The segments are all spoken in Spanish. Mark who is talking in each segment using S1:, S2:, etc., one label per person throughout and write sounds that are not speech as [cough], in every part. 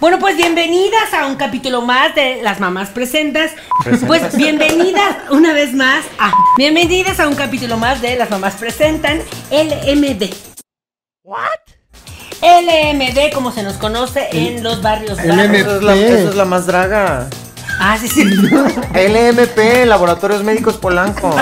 S1: Bueno, pues bienvenidas a un capítulo más de Las Mamás Presentas. Pues bienvenidas una vez más a. Bienvenidas a un capítulo más de Las Mamás Presentan, LMD.
S2: ¿What?
S1: LMD, como se nos conoce en los barrios
S3: LMD.
S1: bajos.
S2: Esa es, la, esa es la más draga.
S1: Ah, sí, sí.
S2: LMP, Laboratorios Médicos Polanco.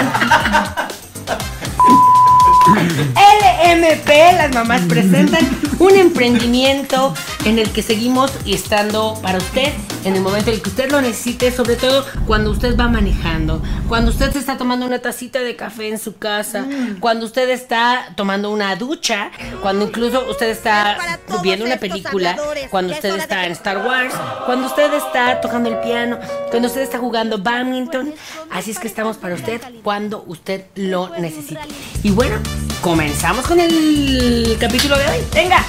S1: LMP, las mamás presentan un emprendimiento en el que seguimos estando para usted en el momento en el que usted lo necesite, sobre todo cuando usted va manejando, cuando usted se está tomando una tacita de café en su casa,
S4: Mm.
S1: cuando usted está tomando una ducha, cuando incluso usted está
S4: Para todos
S1: viendo una
S4: estos
S1: película,
S4: habladores,
S1: cuando
S4: ya es
S1: usted
S4: hora de
S1: está
S4: que-
S1: en Star Wars, cuando usted está tocando el piano, cuando usted está jugando badminton. Así es que estamos para usted cuando usted lo necesite. Y bueno, comenzamos con el capítulo de hoy. Venga.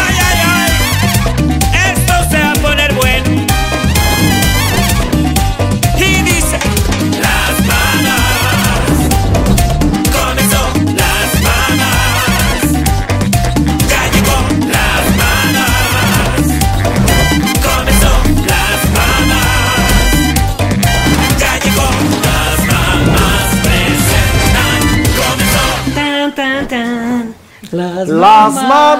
S5: ¡Ay, ay, ay! Esto se va a poner bueno. Y dice: Las manas. Comenzó las manas. Ya llegó las manas. Comenzó las manas. Ya llegó las manas. Presentan. Comenzó.
S1: Tan, tan, tan. Las,
S2: Las
S1: Organizado.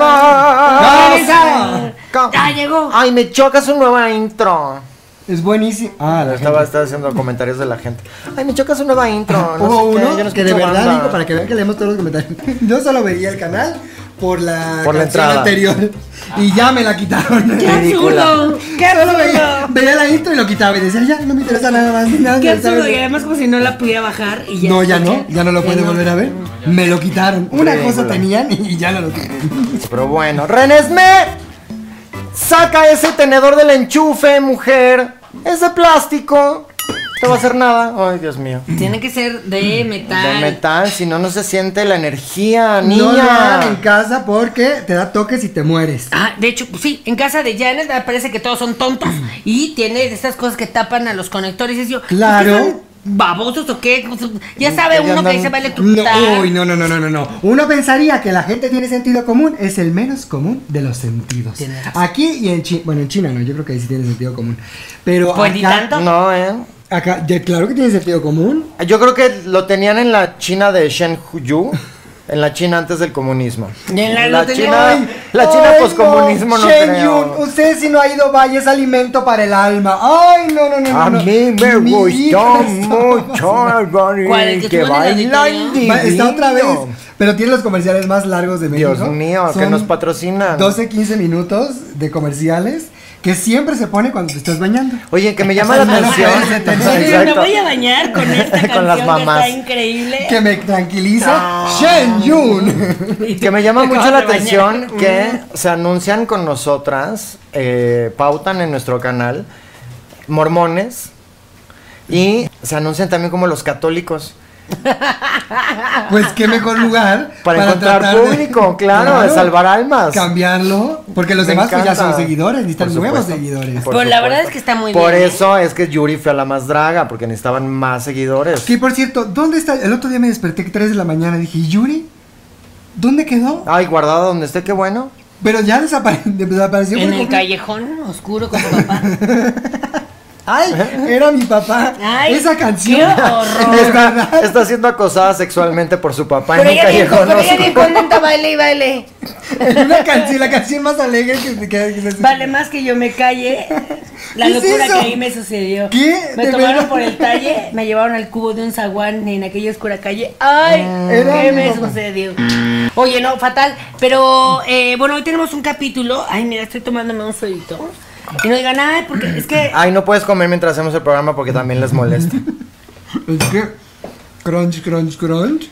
S2: mamas. Ca-
S1: Ya llegó.
S2: Ay, me choca su nueva intro.
S3: Es buenísimo. Ah, la
S2: Estaba,
S3: gente.
S2: estaba haciendo comentarios de la gente. Ay, me choca su nueva intro. No
S3: Hubo
S2: sé qué,
S3: uno
S2: yo no
S3: que de
S2: escucho
S3: verdad
S2: banda.
S3: digo para que vean que leemos todos los comentarios. [laughs] Yo solo veía el canal por la
S2: Por la
S3: canción
S2: entrada. [laughs]
S3: anterior y ya me la quitaron.
S1: ¡Qué absurdo! ¡Qué
S3: Solo veía,
S1: absurdo!
S3: veía la intro y lo quitaba y decía, ya no me interesa nada más. ni nada,
S1: ¡Qué
S3: ¿sabes?
S1: absurdo! Y además como si no la pudiera bajar y ya.
S3: No, ya
S1: escuché.
S3: no, ya no lo puede
S1: no.
S3: volver a ver. Me lo quitaron. Una
S2: Ridículo.
S3: cosa tenían y ya no lo tienen.
S2: Pero bueno, Renesme. Saca ese tenedor del enchufe, mujer. Es de plástico. No te va a hacer nada. Ay, Dios mío.
S1: Tiene que ser de metal.
S2: De metal, si no, no se siente la energía,
S3: No lo hagan en
S2: niña.
S3: casa porque te da toques y te mueres.
S1: Ah, de hecho, pues sí, en casa de Janet me parece que todos son tontos y tiene de estas cosas que tapan a los conectores. Y yo,
S3: Claro.
S1: ¿qué son babosos o qué? Pues, Ya sabe
S2: Que ya
S1: uno que
S2: andan-
S1: se va a
S3: No,
S1: electrocutar.
S3: uy, no, no, no, no, no, no. Uno pensaría que la gente tiene sentido común, es el menos común de los sentidos.
S1: Tienes razón.
S3: Aquí y en China, bueno, en China no, yo creo que ahí sí tiene sentido común. Pero
S1: Pues ni
S3: acá,
S1: tanto.
S2: No, eh.
S3: acá, ya, claro que tiene sentido común.
S2: Yo creo que lo tenían en la China de Shen Huyu, en la China antes del comunismo.
S1: Y en la- lo tenían-
S2: China, la China
S3: Ay,
S2: poscomunismo no,
S3: Shen
S2: creo.
S3: Yun, usted si no ha ido, vaya, es alimento para el alma. Ay, no, no, no, no.
S2: A
S3: no.
S2: mí me
S3: Mi
S2: gustó
S3: hija
S2: mucho el
S1: ¿Cuál, el que
S2: barrio que
S1: estuvo en la
S2: baila
S1: auditorio?
S3: Va- Está otra vez,
S2: divino.
S3: pero tiene los comerciales más largos de México.
S2: Dios mío, que
S3: Son
S2: nos patrocinan.
S3: 12, 15 minutos de comerciales que siempre se pone cuando te estás bañando.
S2: Oye, que me
S1: [laughs]
S2: llama la
S3: O sea, no
S2: atención.
S3: puedes detener.
S1: Oye, me
S2: Exacto.
S1: voy a bañar
S2: [laughs]
S1: con esta
S2: Con
S1: canción
S2: las
S1: que
S2: mamás.
S1: está increíble.
S3: Que me tranquiliza
S2: Ah. [laughs]
S3: Shen Yun.
S2: Que
S1: [laughs]
S2: me
S3: [laughs]
S2: llama mucho
S1: acabo
S2: la
S1: de bañar. Mm.
S2: atención que se anuncian con nosotras, eh, pautan en nuestro canal, mormones, y se anuncian también como los católicos.
S3: Pues qué mejor lugar
S2: Para encontrar
S3: tratar de- [laughs]
S2: público, claro, de salvar almas.
S3: Cambiarlo, porque los
S2: Me
S3: demás pues, ya
S2: encanta.
S3: son seguidores, necesitan
S2: Por
S3: nuevos
S2: supuesto.
S3: seguidores.
S1: Por Pues, la
S2: supuesto.
S1: verdad es que está muy
S2: Por
S1: bien, ¿eh?
S2: eso es que Yuri fue a la más draga, porque necesitaban más seguidores.
S3: Que por cierto, ¿dónde está? El otro día me desperté que 3 de la mañana y dije, ¿y Yuri? ¿Dónde quedó?
S2: Ay, guardado donde esté, qué
S3: [laughs]
S2: bueno.
S3: Pero ya desapare- [laughs] desapareció.
S1: En
S3: por
S1: el
S3: completo.
S1: callejón oscuro
S2: [laughs]
S1: con tu papá.
S3: Ay, era mi papá.
S1: Ay,
S3: Esa canción.
S1: qué horror.
S3: [laughs] Es verdad.
S2: Está siendo acosada sexualmente por su papá
S1: Pero
S2: en un
S1: ella bien,
S2: callejón.
S1: pero ella
S2: oscuro.
S1: bien contenta, baile y baile.
S3: Es una canción, la canción más alegre que, que, que se
S1: Vale más que yo me
S3: [laughs]
S1: calle. La
S3: ¿Qué es
S1: locura
S3: eso?
S1: que ahí me sucedió.
S3: ¿Qué?
S1: Me
S3: ¿De
S1: tomaron
S3: verdad?
S1: por el talle, me llevaron al cubo de un zaguán en aquella oscura calle. ¡Ay!
S3: Ah. Era
S1: ¿Qué
S3: mi
S1: me
S3: papá.
S1: sucedió? Oye, no, fatal. Pero eh, bueno, hoy tenemos un capítulo. Ay, mira, estoy tomándome un suelito. Y no digan, ay, porque es que.
S3: Ah,
S2: Ay, no puedes comer mientras hacemos el programa porque también les molesta.
S3: Es que. Crunch, crunch, crunch.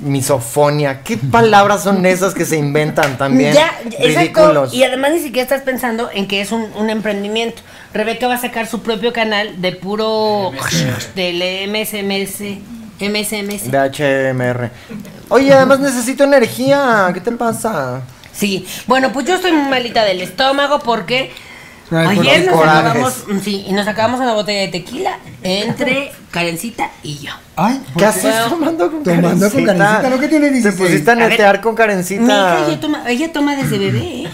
S2: Misofonia. ¿Qué palabras son esas que se inventan también?
S1: Ya, exacto.
S2: Ridículos.
S1: Y además ni siquiera estás pensando en que es un, un emprendimiento. Rebeca va a sacar su propio canal de puro. del MSMS. MSMS.
S2: De HMR. Oye, además necesito energía. ¿Qué te pasa?
S1: Sí, bueno, pues yo estoy muy malita del estómago porque
S3: Ay, por
S1: Ayer
S2: los
S1: nos
S2: corajes.
S1: acabamos, mm, sí, y nos acabamos una botella de tequila entre Karencita y yo.
S3: Ay,
S2: ¿Qué haces
S1: Bueno,
S2: tomando con
S3: tomando con
S2: carencita?
S3: Karencita, ¿no? ¿Qué tiene
S2: Te
S3: 16?
S2: pusiste a
S1: A ver,
S2: netear con
S1: Mi hija
S2: carencita.
S1: ella toma, ella toma desde bebé. ¿eh?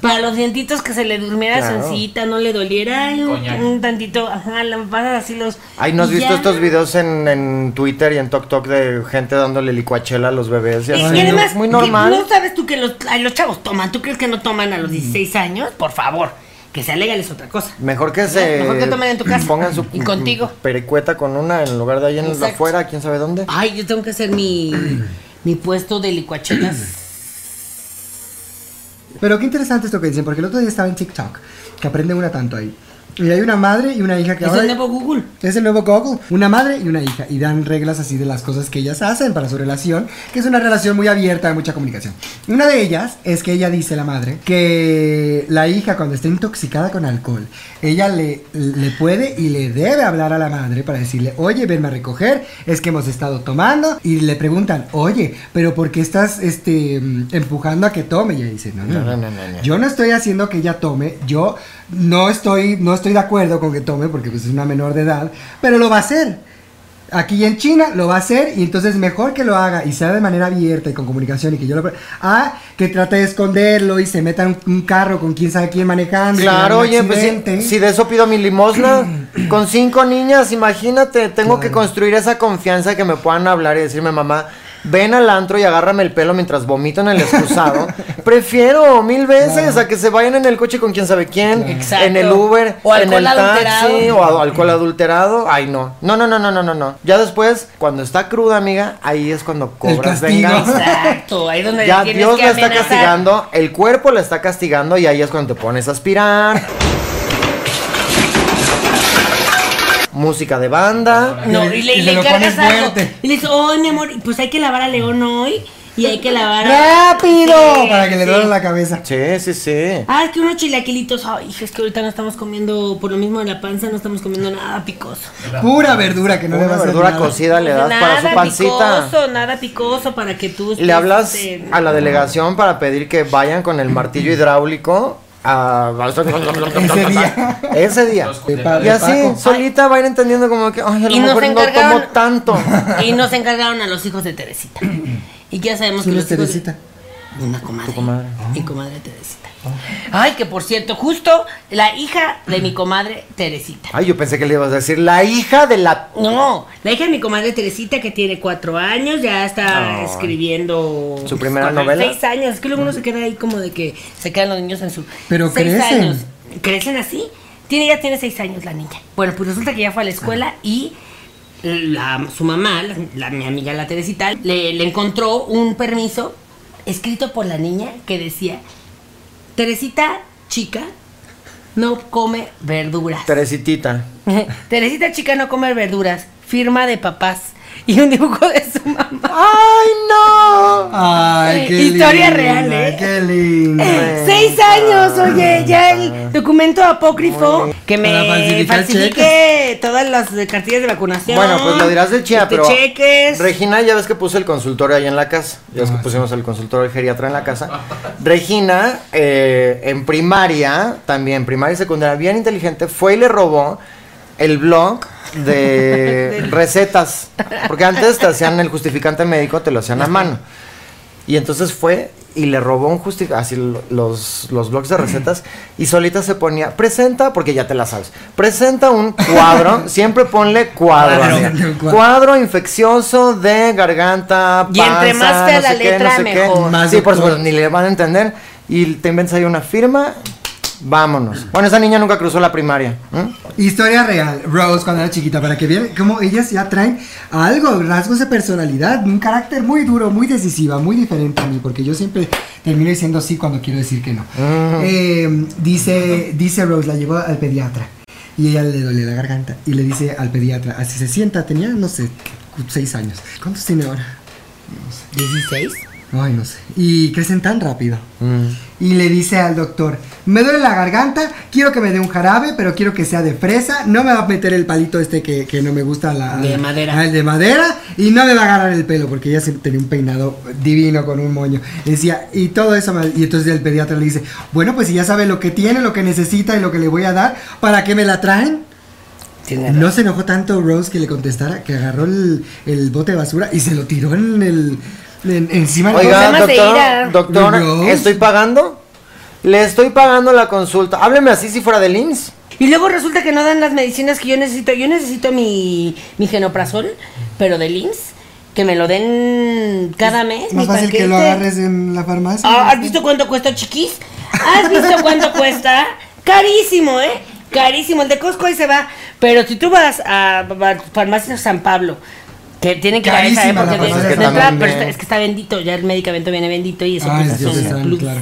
S1: Para los dientitos que se le durmiera
S2: Claro.
S1: sencita, no le doliera ay, un,
S4: Coñac.
S1: un tantito, ajá, lampadas así los.
S2: Ay, ¿no has
S1: y
S2: visto
S1: ya.
S2: estos videos en, en Twitter y en TokTok de gente dándole licuachela a los bebés? Y,
S1: Y,
S2: así?
S1: y además,
S2: muy
S1: que
S2: normal.
S1: ¿no sabes tú que los, ay, los chavos toman? ¿Tú crees que no toman a los 16 años? Por favor, que sea legal es otra cosa.
S2: Mejor que se
S1: Mejor que tomen en tu casa.
S2: pongan su
S1: Y contigo.
S2: pericueta con una en lugar de ahí en
S1: Exacto.
S2: afuera, quién sabe dónde.
S1: Ay, yo tengo que hacer
S2: [clears throat]
S1: mi, mi puesto de licuachelas.
S3: Pero qué interesante esto que dicen, porque el otro día estaba en TikTok, que aprende una tanto ahí. Y hay una madre y una hija que
S1: es
S3: ahora...
S1: el nuevo Google.
S2: [clears throat]
S3: Es el nuevo Google, una madre y una hija, y dan reglas así de las cosas que ellas hacen para su relación, que es una relación muy abierta, de mucha comunicación. Una de ellas es que ella dice, la madre, que la hija cuando está intoxicada con alcohol, ella le, le puede y le debe hablar a la madre para decirle, oye, venme a recoger, es que hemos estado tomando, y le preguntan, oye, pero ¿por qué estás este, mm, empujando a que tome? Y ella dice, no, no, no,
S2: no, no, no.
S3: yo no estoy haciendo que ella tome, yo no estoy, no estoy de acuerdo con que tome porque pues, es una menor de edad, pero lo va a hacer. Aquí en China lo va a hacer y entonces mejor que lo haga y sea de manera abierta y con comunicación y que yo lo... Ah, que trate de esconderlo y se meta en un carro con quién sabe quién manejando. y
S2: Claro,
S3: le
S2: oye,
S3: haga un
S2: pues si,
S3: accidente.
S2: si de eso pido mi
S3: [clears throat]
S2: limosna, con cinco niñas, imagínate, tengo que construir esa confianza que me puedan hablar y decirme, mamá, ven al antro y agárrame el pelo mientras vomito en el
S3: [laughs]
S2: excusado. Prefiero mil veces a que se vayan en el coche con quién sabe quién,
S1: Exacto.
S2: en el Uber,
S1: O
S2: en el
S1: alcohol
S2: taxi,
S1: adulterado.
S2: o a- alcohol adulterado. Ay, no. No, no, no, no, no, no, no. Ya después, cuando está cruda, amiga, ahí es cuando cobras
S3: castigo.
S1: [laughs]
S2: venganza.
S1: Exacto, ahí donde
S2: Ya
S1: tienes
S2: Dios
S1: que
S2: la está
S1: amenazar.
S2: castigando, el cuerpo la está castigando y ahí es cuando te pones a aspirar. Música de banda.
S1: No,
S3: Y
S1: y
S3: le-
S1: le,
S3: y
S1: y
S3: se
S1: le
S3: lo
S1: encargas
S3: pones
S1: algo.
S3: fuerte.
S1: Y le dices, oh, mi amor, pues hay que lavar a León hoy y hay que lavar a...
S2: ¡Rápido!
S1: Sí.
S3: Para que le duele la cabeza.
S2: Sí, sí, sí.
S1: Ah, es que unos chilaquilitos, ay, es que ahorita no estamos comiendo, por lo mismo de la panza, no estamos comiendo nada picoso.
S3: Pura verdura que no le va a
S2: Una
S3: hacer
S2: verdura
S3: nada.
S2: cocida le das
S1: nada
S2: para su pancita.
S1: picoso, nada picoso para que tú... estés,
S2: Le hablas
S1: este,
S2: a la delegación para pedir que vayan con el martillo hidráulico a...
S3: Ese [laughs] día.
S2: Ese día.
S3: De pa-
S2: Y
S3: de
S2: así,
S3: Paco.
S2: solita va a ir entendiendo como que, ay, a lo
S1: Y nos
S2: mejor no como
S1: encargaron- [laughs]
S2: tanto.
S1: Y nos encargaron a los hijos de
S2: [clears throat]
S1: Teresita. Y ya sabemos que
S3: ¿Quién es
S1: los hijos de-
S3: Teresita?
S1: Una comadre.
S2: comadre.
S1: Mi comadre Teresita. Ay, que por cierto, justo la hija de mi comadre Teresita.
S2: Ay, yo pensé que le ibas a decir la hija de la.
S1: No, la hija de mi comadre Teresita, que tiene cuatro años, ya está
S2: Ay.
S1: escribiendo.
S2: ¿Su primera
S1: cuatro,
S2: novela?
S1: Seis años. Es que luego uno se queda ahí como de que se quedan los niños en su.
S3: Pero
S1: seis
S3: crecen.
S1: años. Crecen así. Tiene, ya tiene seis años la niña. Bueno, pues resulta que ya fue a la escuela y la- su mamá, la, la- mi amiga la Teresita, le, le encontró un permiso escrito por la niña que decía: Teresita, chica, no come verduras.
S2: Teresitita.
S1: [laughs] Teresita chica no come verduras. Firma de papás. Y un dibujo de su mamá.
S2: ¡Ay, no!
S3: Ay, qué
S1: Historia
S3: linda,
S1: real, ¿eh?
S3: Qué linda.
S1: Seis años, oye, ya el documento apócrifo que
S3: Para
S1: me
S3: falsificar
S1: falsifique todas las eh, cartillas de vacunación.
S2: Bueno, pues lo dirás del chía,
S1: que te
S2: pero.
S1: cheques.
S2: Regina, ya ves que puso el consultorio ahí en la casa. Ya ves que pusimos el consultorio del geriatra en la casa. Regina, eh, en primaria, también primaria y secundaria, bien inteligente, fue y le robó el blog
S1: [laughs]
S2: de recetas. Porque antes te hacían el justificante médico, te lo hacían a mano. Y entonces fue y le robó un justificante, así lo- los, los blogs de recetas,
S1: [clears throat]
S2: y solita se ponía, presenta, porque ya te la sabes, presenta
S1: [laughs]
S2: un cuadro, siempre ponle cuadro,
S3: Cuadro.
S2: amiga.
S3: Un
S2: cuadro.
S3: cuadro.
S2: infeccioso de garganta,
S1: Y entre
S2: panza,
S1: más fea
S2: no
S1: la
S2: sé qué,
S1: letra,
S2: no sé qué.
S1: mejor.
S3: Más
S2: sí, por
S3: doctor.
S2: supuesto, ni le van a entender, y te inventas ahí una firma, vámonos. Bueno, esa niña nunca cruzó la primaria. ¿eh?
S3: Historia real, Rose cuando era chiquita, para que vean cómo ellas ya traen algo, rasgos de personalidad, un carácter muy duro, muy decisiva, muy diferente a mí, porque yo siempre termino diciendo sí cuando quiero decir que no. Eh, dice, dice Rose, la llevó al pediatra y ella le dolía la garganta y le dice al pediatra, así se sienta, tenía, no sé, seis años. ¿Cuántos tiene ahora?
S1: ¿16?
S3: Ay, no sé. Y crecen tan rápido.
S2: Mm.
S3: Y le dice al doctor, me duele la garganta, quiero que me dé un jarabe, pero quiero que sea de fresa, no me va a meter el palito este que, que no me gusta la...
S1: De madera.
S3: Ah, el de madera, y no me va a agarrar el pelo, porque ella siempre tenía un peinado divino con un moño. Decía, y todo eso, me- y entonces el pediatra le dice, bueno, pues si ya sabe lo que tiene, lo que necesita y lo que le voy a dar, ¿para qué me la traen?
S1: Tiene
S3: No
S1: razón.
S3: se enojó tanto Rose que le contestara que agarró el, el bote de basura y se lo tiró en el... en- encima de la
S2: Oiga,
S1: Problemas pues, de
S2: doctor,
S1: ira.
S2: doctor,
S3: Dios.
S2: ¿estoy pagando? Le estoy pagando la consulta. Hábleme así si fuera del IMSS.
S1: Y luego resulta que no dan las medicinas que yo necesito. Yo necesito mi, mi genoprazol, pero de IMSS, que me lo den cada mes. mi
S3: Más fácil que lo
S1: paquete.
S3: agarres en la farmacia. Pues,
S1: Ah, ¿Has visto cuánto cuesta, chiquis? ¿Has visto cuánto [laughs] cuesta? Carísimo, ¿eh? Carísimo. El de Costco ahí se va. Pero si tú vas a a Farmacia San Pablo, que tienen que ir a esa, ¿eh?
S3: Carísima la
S1: Porque de-
S3: farmacia
S1: de-
S2: San
S1: de-
S2: Pablo.
S1: pero está- es que está bendito. Ya el medicamento viene bendito y eso
S3: Ay,
S1: pues, es
S3: Ah, Dios
S1: un
S3: santo,
S1: plus.
S3: claro.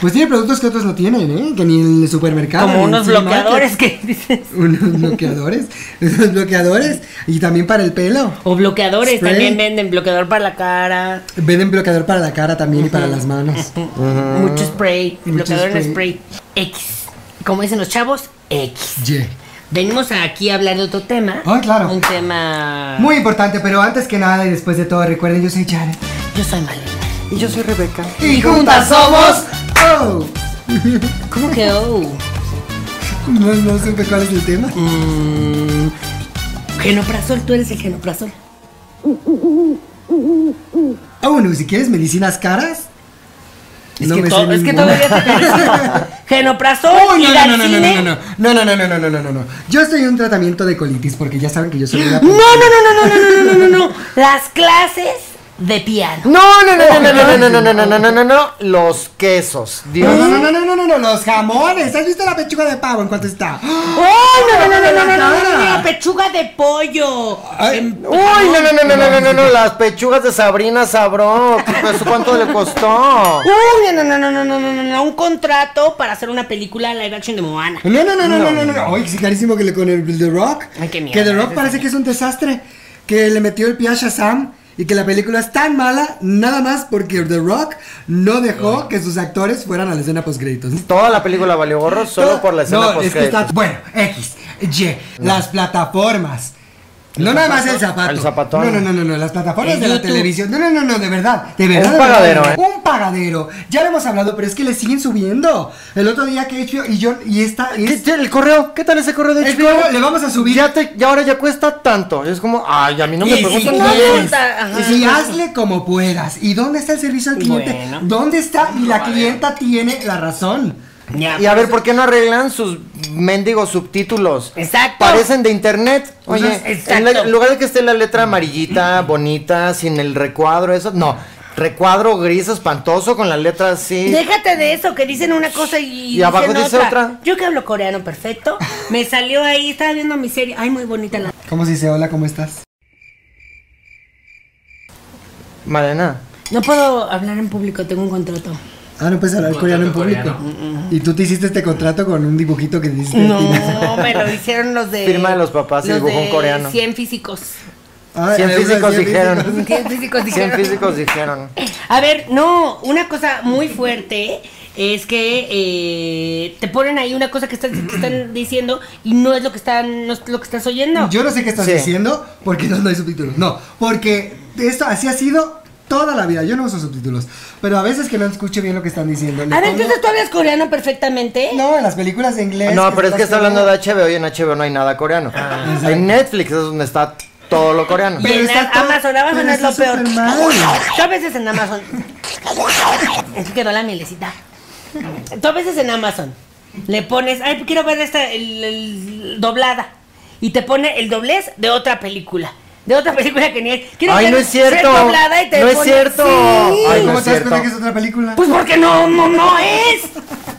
S3: Pues tiene productos que otros no tienen, ¿eh? Que ni en el supermercado.
S1: Como
S3: ni en
S1: unos
S3: el
S1: bloqueadores
S3: supermarket.
S1: que [laughs] dices.
S3: Unos bloqueadores. [laughs] Unos bloqueadores. Y también para el pelo.
S1: O bloqueadores,
S3: Spray.
S1: también venden bloqueador para la cara.
S3: Venden bloqueador para la cara también y para las manos.
S1: Mucho spray,
S3: Mucho
S1: bloqueador en
S3: spray.
S1: spray. X. Como dicen los chavos, X.
S3: Yeah.
S1: Venimos aquí a hablar de otro tema.
S3: Ah, claro.
S1: Un tema.
S3: Muy importante, pero antes que nada y después de todo, recuerden, yo soy Jared.
S1: Yo soy Malena.
S2: Y yo soy Rebeca.
S3: Y juntas somos... ¡Oh!
S1: ¿Cómo que oh?
S3: No, no supe cuál es el tema.
S1: Mm, genoprazol, tú eres el genoprazol.
S3: Ah, bueno, si quieres medicinas caras...
S1: Es
S3: no
S1: que,
S3: me
S1: to-
S3: sé
S1: es que
S3: ninguna.
S1: todavía te careces. [laughs] Genoprazol,
S3: Uy,
S1: ir
S3: no, no,
S1: al
S3: no, no,
S1: cine.
S3: no, no, no, no, no, no, no, no, no, no, no. Yo estoy en un tratamiento de colitis porque ya saben que yo soy una...
S1: [gasps] No, no, no, no, no, no, no, no, no, no. Las clases de
S3: [gasps]
S1: piano.
S2: No, no, no, no, no, no, no, no, no, no, no, no, no. Los quesos.
S3: No,
S2: Dios.
S3: no, no, no, no, no, no, no, los jamones. ¿Has visto la pechuga de pavo en cuánto está? [gasps]
S1: ¡Oh, no, no, no, no, no, no, no, no,
S3: Cara.
S1: no, pechuga de pollo!
S3: Ay,
S1: Em,
S2: Uy, no, no, no, no, no, no, no, no. Las pechugas de Sabrina Sabró. ¿Eso cuánto le costó?
S1: ¡Uy, no, no, no, no, no, no, no, no! Un contrato para hacer una película live action de Moana.
S3: No, no, no, no, no, no, no, no. Oye, sí, carísimo que le con el The Rock.
S1: Ay, qué mierda.
S3: Que The Rock parece que es un desastre. Que le metió el pie a Shazam y que la película es tan mala, nada más porque The Rock no dejó que sus actores fueran a la escena postcréditos.
S2: Toda la película valió gorro solo por la escena
S3: No, es que está.
S2: post
S3: Bueno, X, Y, las plataformas. No nada más el zapato.
S2: El zapatón.
S3: No, no, no, no, no, las plataformas
S1: El
S3: de la
S1: YouTube.
S3: televisión. No, no, no, no, de verdad, de verdad.
S2: Un
S3: de verdad,
S2: pagadero,
S3: de verdad.
S2: ¿eh?
S3: Un pagadero. Ya lo hemos hablado, pero es que le siguen subiendo. El otro día que HBO y yo y esta es-
S2: ¿El correo? ¿Qué tal ese correo de
S3: el
S2: HBO?
S3: correo le vamos a subir.
S2: Ya te, ya ahora ya cuesta tanto. Es como, ay, a mí no me
S3: Y si
S2: preguntan.
S1: nada.
S3: quieres,
S1: pregunta, ajá.
S3: y si hazle como puedas. ¿Y dónde está el servicio al cliente?
S1: Bueno.
S3: ¿Dónde está? Y la clienta tiene la razón.
S1: Ya,
S2: Y a ver, ¿por qué no arreglan sus mendigos subtítulos?
S1: Exacto.
S2: Parecen de internet.
S1: Pues
S2: Oye,
S1: es-
S2: en, la-
S1: exacto.
S2: en lugar de que esté la letra amarillita, bonita, sin el recuadro, eso, no. Recuadro gris espantoso con la letra así.
S1: Déjate de eso, que dicen una cosa y,
S2: Y abajo
S1: dicen
S2: dice otra.
S1: Yo que hablo coreano perfecto, me salió ahí, estaba viendo mi serie. Ay, muy bonita la.
S3: ¿Cómo se dice? Hola, ¿cómo estás?
S2: Malena.
S1: No puedo hablar en público, tengo un contrato.
S3: Ah, no puedes hablar coreano en público. Mm, Y tú te hiciste este contrato con un dibujito que hiciste.
S1: No, [laughs] me lo hicieron los de.
S2: Firma de los papás y
S1: los
S2: dibujó un
S1: de
S2: coreano.
S1: 100 físicos.
S3: Ah,
S2: Cien
S3: eh, o sea,
S2: físicos
S3: cien
S2: dijeron.
S3: físicos.
S2: [laughs]
S1: 100 físicos
S2: Cien
S1: dijeron.
S2: físicos dijeron.
S1: A ver, no, una cosa muy fuerte es que eh, te ponen ahí una cosa que están, que están diciendo y no es lo que están, no es lo que estás oyendo.
S3: Yo no sé qué estás
S2: Sí.
S3: diciendo porque no, no hay subtítulos. No, porque esto así ha sido toda la vida. Yo no uso subtítulos. Pero a veces que no escucho bien lo que están diciendo. le
S1: A ver,
S3: pongo-
S1: entonces tú hablas coreano perfectamente.
S3: No, en las películas de inglés.
S2: No, pero es que está hablando de
S3: viendo-
S2: HBO y en HBO no hay nada coreano.
S1: Ah,
S2: En Netflix es donde está todo lo coreano.
S1: Y en
S3: está todo-
S1: Amazon, Amazon
S3: pero
S1: es lo
S3: está
S1: peor.
S3: supermal.
S1: Tú a veces en Amazon. Aquí quedó la mielecita. Tú a veces en Amazon le pones, ay, quiero ver esta el- el doblada. Y te pone el doblez de otra película. De otra película que ni es. Quiero
S2: Ay,
S1: ver
S2: no es
S1: ser
S2: cierto.
S1: doblada y te
S2: No es
S1: pone-
S2: cierto.
S1: Sí.
S2: Ay,
S3: Ay,
S2: no
S3: ¿Cómo
S2: es
S3: te das cuenta
S2: cierto.
S3: que es otra película?
S1: Pues porque no, no, no es.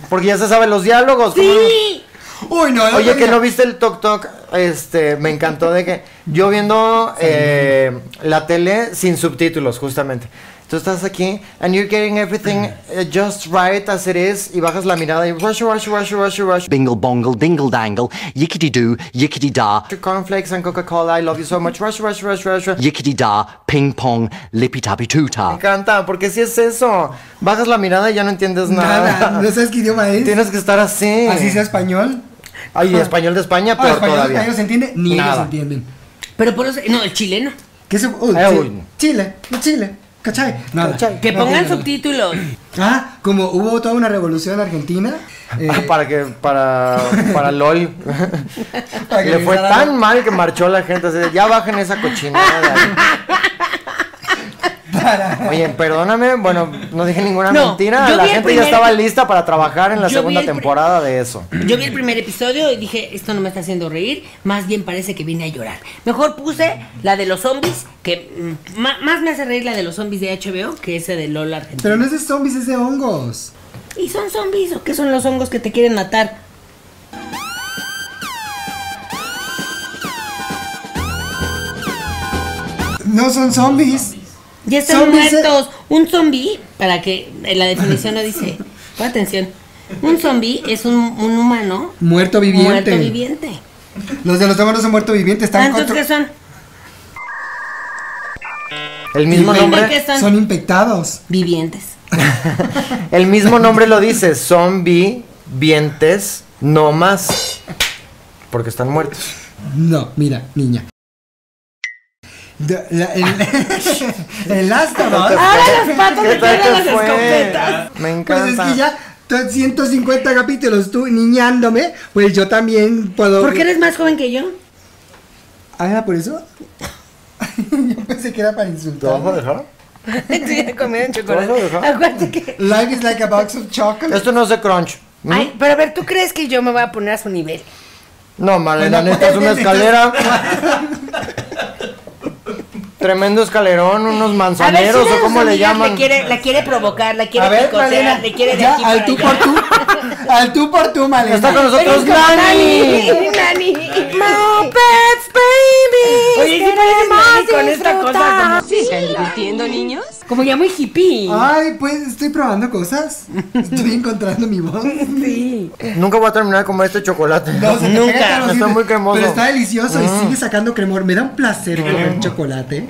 S2: Porque ya se saben los diálogos. ¿cómo no?
S1: Sí.
S3: Uy, no. el otro
S2: Oye, que
S3: día-
S2: no viste el Tok Tok. este, me encantó de que yo viendo eh, la tele sin subtítulos, justamente. Tú estás aquí, and you're getting everything
S3: Mm.
S2: eh, just right as it is, y bajas la mirada y rush, rush, rush, rush, rush.
S4: Bingle bongle, dingle dangle, yickety doo, yickety da,
S2: Your cornflakes and Coca-Cola, I love you so much, rush, rush, rush, rush, rush.
S4: yickety da, ping pong, lippy tappy too
S2: Me
S4: ta.
S2: encanta, porque si es eso, bajas la mirada y ya no entiendes nada.
S3: Nada, no sabes qué idioma
S2: [laughs]
S3: es.
S2: Tienes que estar así.
S3: Así sea español.
S2: Ay, y español de España,
S3: Ah,
S2: peor
S3: español
S2: todavía.
S3: español se entiende, ni ellos
S2: Nada.
S3: entienden.
S1: Pero por eso, no, el chileno.
S3: ¿Qué se, uy,
S2: Eh,
S3: sí,
S2: uy.
S3: Chile, no Chile, ¿cachai? Nada.
S2: ¿Cachai?
S1: Que
S3: No
S1: pongan
S3: entienden nada.
S1: subtítulos.
S3: Ah, como hubo toda una revolución en Argentina. eh,
S2: Ah, [laughs] para que, para, para LOL.
S3: [laughs] para que
S2: Le fue
S3: regresara-
S2: tan mal que marchó la gente así de, ya bajen esa cochinada de ahí".
S3: Para.
S2: Oye, perdóname, bueno, no dije ninguna
S1: No,
S2: mentira.
S1: yo
S2: La
S1: vi el
S2: gente
S1: primer-
S2: ya estaba lista para trabajar en la
S1: Yo vi
S2: segunda
S1: el pri-
S2: temporada de eso.
S1: Yo vi el primer episodio y dije, esto no me está haciendo reír, más bien parece que vine a llorar. Mejor puse la de los zombies, que mm, ma- más me hace reír la de los zombies de HBO que esa de Lola Argentina.
S3: Pero no es de zombies, es de hongos.
S1: ¿Y son zombies o qué son los hongos que te quieren matar?
S3: No son zombies.
S1: Ya están
S3: Zombies, eh.
S1: muertos. Un zombie, para que eh, la definición lo dice, pon atención. Un zombie es un, un humano
S3: Muerto viviente.
S1: muerto viviente.
S3: Los de los hongos no son muerto viviente,
S1: Ah,
S3: están
S1: Entonces,
S3: contro-
S1: ¿qué son?
S2: El mismo
S1: Dime
S2: nombre,
S1: qué son.
S3: Son infectados.
S1: Vivientes.
S2: el mismo nombre lo dice, zombie, vientes, no más. Porque están muertos.
S1: [laughs]
S3: No, mira, niña. De- la- el, el Astaroth.
S1: Ahora los patos
S2: ¿Qué
S1: le
S2: tal
S1: pegan
S2: te
S1: las
S2: fue?
S1: escopetas.
S2: Me
S3: Pues es
S2: encanta.
S3: que ya to- 150 capítulos tú niñándome, pues yo también puedo.
S1: ¿Por qué eres más joven que yo?
S3: Ah, ¿era por eso? [laughs] yo pensé que era para
S2: ¿Lo vas a
S3: insultar.
S2: dejar?
S1: Estoy comida en
S2: ¿Te vas a dejar?
S1: Acuérdate que.
S3: Life is like a box of chocolates.
S2: Esto no es de crunch. ¿Mm?
S1: Ay, pero a ver, ¿tú crees que yo me voy a poner a su nivel?
S2: No, Malena,
S3: Bueno,
S2: necesitas una
S3: pues, [laughs]
S2: escalera. Tremendo escalerón, unos
S1: A ver,
S2: manzaneros
S1: si
S2: o cómo le llaman.
S1: Le quiere, la quiere provocar, la quiere
S3: A ver,
S1: picotear,
S3: Malena,
S1: le quiere de
S3: ya,
S1: aquí
S3: al
S1: para
S3: tú
S1: allá.
S3: por tú, al tú por tú, Malena.
S2: Está con
S1: Eres
S2: nosotros
S1: como
S2: Nani.
S1: Nani. Muppets, baby. Oye, sí pareces Nani con esta cosa. Como, ¿Siguen divirtiendo, niños? Como ya muy hippie.
S3: Ay, pues estoy probando cosas. Estoy encontrando mi voz.
S1: Sí.
S2: Nunca voy a terminar de comer este chocolate.
S3: No, se te
S2: Nunca.
S3: pega el calor,
S2: Está
S3: sí,
S2: muy cremoso.
S3: Pero está delicioso y sigue sacando cremor. Me da un placer comer chocolate.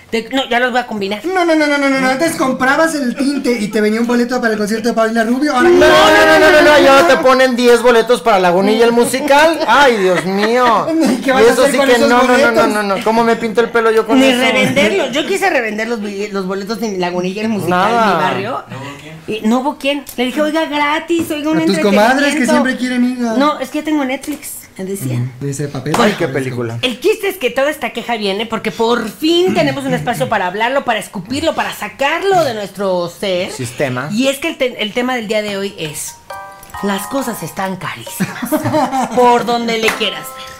S1: de- no, ya los voy a combinar.
S3: No, no, no, no, no, no, no. Antes comprabas el tinte y te venía un boleto para el concierto de Paulina Rubio. Ahora
S2: No, no, no, no, no, no, y ahora te ponen 10 boletos para Lagunilla el musical. Ay, Dios mío.
S3: [laughs] ¿Y qué vas
S2: Y
S3: a
S2: eso
S3: hacer
S2: sí
S3: con
S2: que
S3: esos
S2: no, no, no, no,
S3: boletos?
S2: no, no. ¿Cómo me pinto el pelo yo con
S1: Ni
S2: eso?
S1: revenderlos. Yo quise revender los, bi- los boletos de mi lagunilla, el musical
S2: Nada.
S1: de mi barrio. ¿No hubo quién? no hubo quién. Le dije, oiga, gratis, oiga, un
S3: A tus comadres que siempre quieren ir a...
S1: No, es que ya tengo Netflix, me decía.
S3: De ese papel.
S2: Ay, qué película.
S1: El chiste es que toda esta queja viene porque por fin tenemos un espacio para hablarlo, para escupirlo, para sacarlo de nuestro ser.
S2: Sistema.
S1: Y es que el, te- el tema del día de hoy es, las cosas están carísimas, [laughs] por donde le quieras ver.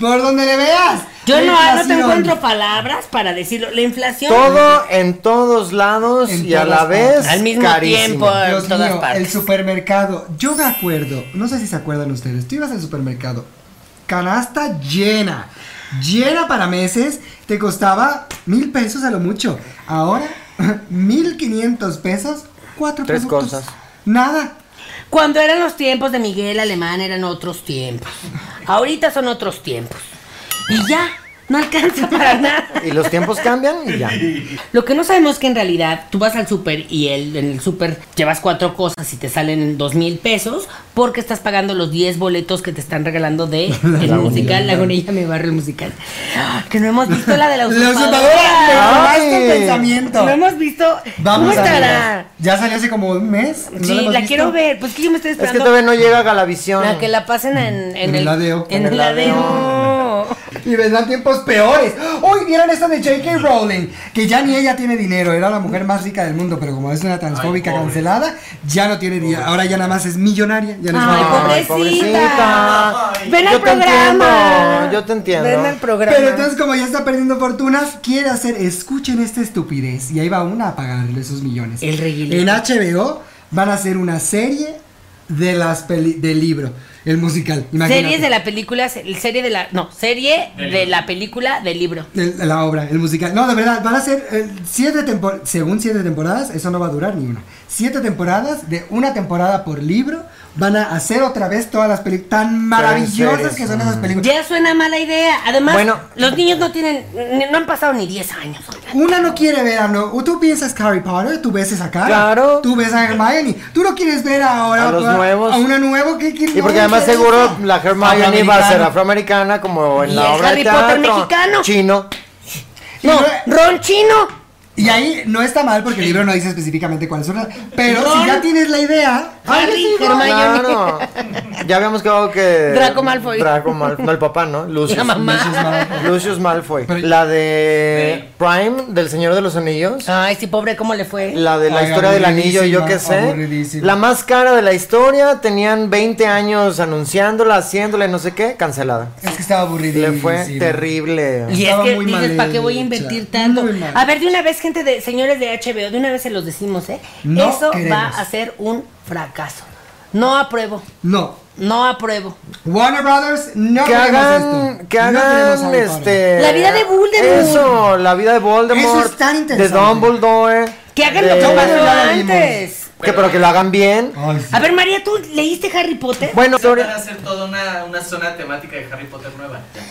S3: Por donde le veas.
S1: Yo
S3: La
S1: no, no te
S3: inflación.
S1: encuentro palabras para decirlo. La inflación...
S2: Todo en todos lados
S3: En
S2: y a
S3: todas
S2: la vez
S1: Al mismo
S2: carísimo.
S1: tiempo.
S3: Dios
S1: en todas
S3: mío,
S1: partes.
S3: el supermercado. Yo me acuerdo, no sé si se acuerdan ustedes, tú ibas al supermercado, canasta llena, llena para meses, te costaba mil pesos a lo mucho. Ahora, [laughs] mil quinientos pesos, cuatro
S2: Tres
S3: productos.
S2: cosas.
S3: Nada.
S1: Cuando eran los tiempos de Miguel Alemán eran otros tiempos. Ahorita son otros tiempos. Y ya, no alcanza
S3: [laughs]
S1: para nada.
S2: Y los tiempos cambian y ya.
S1: Lo que no sabemos es que en realidad tú vas al súper y el, en el súper llevas cuatro cosas y te salen dos mil pesos porque estás pagando los 10 boletos que te están regalando
S3: [laughs]
S1: de el musical, la gonilla me barrio el musical. Ah, Que no hemos visto la de la
S3: La
S1: usurpadora.
S3: usurpadora, me robaste el
S2: Ay.
S3: pensamiento.
S1: No hemos visto. ¿Cómo
S3: Vamos a
S1: estará?
S3: Ya salió hace como un mes. ¿no
S1: Sí,
S3: hemos
S1: la
S3: visto?
S1: quiero ver. Pues que yo me estoy
S2: Es que
S1: esperando.
S2: todavía no llega a Galavisión.
S1: La que la pasen en, en
S3: En el ADO.
S1: En
S2: En
S1: el
S2: el
S1: ADO.
S3: Y vendrán tiempos peores. Hoy vieron esta de J.K. Rowling, que ya ni ella tiene dinero, era la mujer más rica del mundo, pero como es una transfóbica
S6: Ay, pobre.
S3: cancelada, ya no tiene dinero. Ahora ya nada más es millonaria. Ya no es
S7: Ay,
S3: millonaria.
S2: Ay,
S7: pobrecita.
S2: pobrecita.
S7: Ven al
S2: Yo te
S7: programa.
S2: entiendo, yo te entiendo.
S7: Ven al programa.
S3: Pero entonces como ya está perdiendo fortunas, quiere hacer, escuchen esta estupidez. Y ahí va una a pagarle esos millones.
S1: El reguilito.
S3: En HBO van a hacer una serie de las peli- del libro, el musical. Imagínate.
S1: Series de la película, se- serie de la. No, serie
S6: Del
S1: de
S6: libro.
S1: la película del libro.
S3: El- la obra, el musical. No, de verdad, van a ser eh, siete temporadas, según siete temporadas, eso no va a durar ni una. Siete temporadas, de una temporada por libro, van a hacer otra vez todas las películas tan maravillosas
S2: series,
S3: que son esas
S2: mm.
S3: películas.
S1: Ya suena mala idea. Además,
S2: Bueno.
S1: los niños no tienen. ni- No han pasado ni 10 años. oigan.
S3: Una no quiere ver a no. Tú piensas que Harry Potter, tú ves esa cara.
S2: Claro.
S3: Tú ves a Hermione. Tú no quieres ver ahora
S2: A los
S3: a,
S2: nuevos.
S3: a una nueva que quiere
S2: Y porque además seguro la Hermione va a ser afroamericana como
S1: Y
S2: en la
S1: el
S2: obra
S1: Harry
S2: de
S1: Potter
S2: teatro.
S1: mexicano.
S2: Chino.
S1: No,
S3: no-
S1: Ron Chino.
S3: Y ahí no está mal porque el libro no dice específicamente cuáles son las. Pero si ya tienes la idea.
S1: Harry,
S3: Ay, sí, no.
S1: Hermione.
S2: Claro. Ya habíamos quedado que.
S1: Draco Malfoy.
S2: Draco Malfoy. No, el papá, ¿no? Lucius.
S1: La mamá.
S2: Lucius Malfoy. Lucius Malfoy.
S3: Pero- ¿Eh?
S2: La de Prime, del Señor de los Anillos.
S1: Ay, sí, pobre, ¿cómo le fue?
S2: La de la
S3: Ah, Ay,
S2: historia del anillo, y yo qué
S3: aburridísima,
S2: sé.
S3: aburridísima.
S2: La más cara de la historia. Tenían 20 años anunciándola, haciéndola y no sé qué. Cancelada.
S3: Es que estaba aburrido.
S2: Le fue terrible.
S1: Y es
S3: Estaba
S1: que
S3: muy
S1: dices,
S3: mal
S1: ¿para qué voy a
S3: hecha,
S1: invertir tanto?
S3: muy mal.
S1: A ver, de una vez, gente de señores de HBO, de una vez se los decimos, ¿eh?
S3: No
S1: Eso va
S3: queremos.
S1: a ser un fracaso. No apruebo,
S3: No.
S1: no apruebo.
S3: Warner Brothers, no
S2: que
S3: queremos
S2: hagan,
S3: Ah, esto.
S2: que
S3: No
S2: hagan,
S3: queremos Harry Potter.
S2: este...
S1: La vida de Voldemort.
S2: Eso, la vida de Voldemort.
S3: Eso es tan
S2: De
S3: interesante.
S2: Dumbledore.
S1: Que hagan
S2: de-
S1: lo que
S3: Yo
S1: pasó
S3: Eh, ya la vimos.
S1: antes.
S2: Que, pero que lo hagan bien.
S3: Ay, sí.
S1: A ver, María, ¿tú leíste Harry Potter?
S2: Bueno,
S6: Van a
S2: sobre-
S6: hacer toda una, una zona temática de Harry Potter nueva. ya.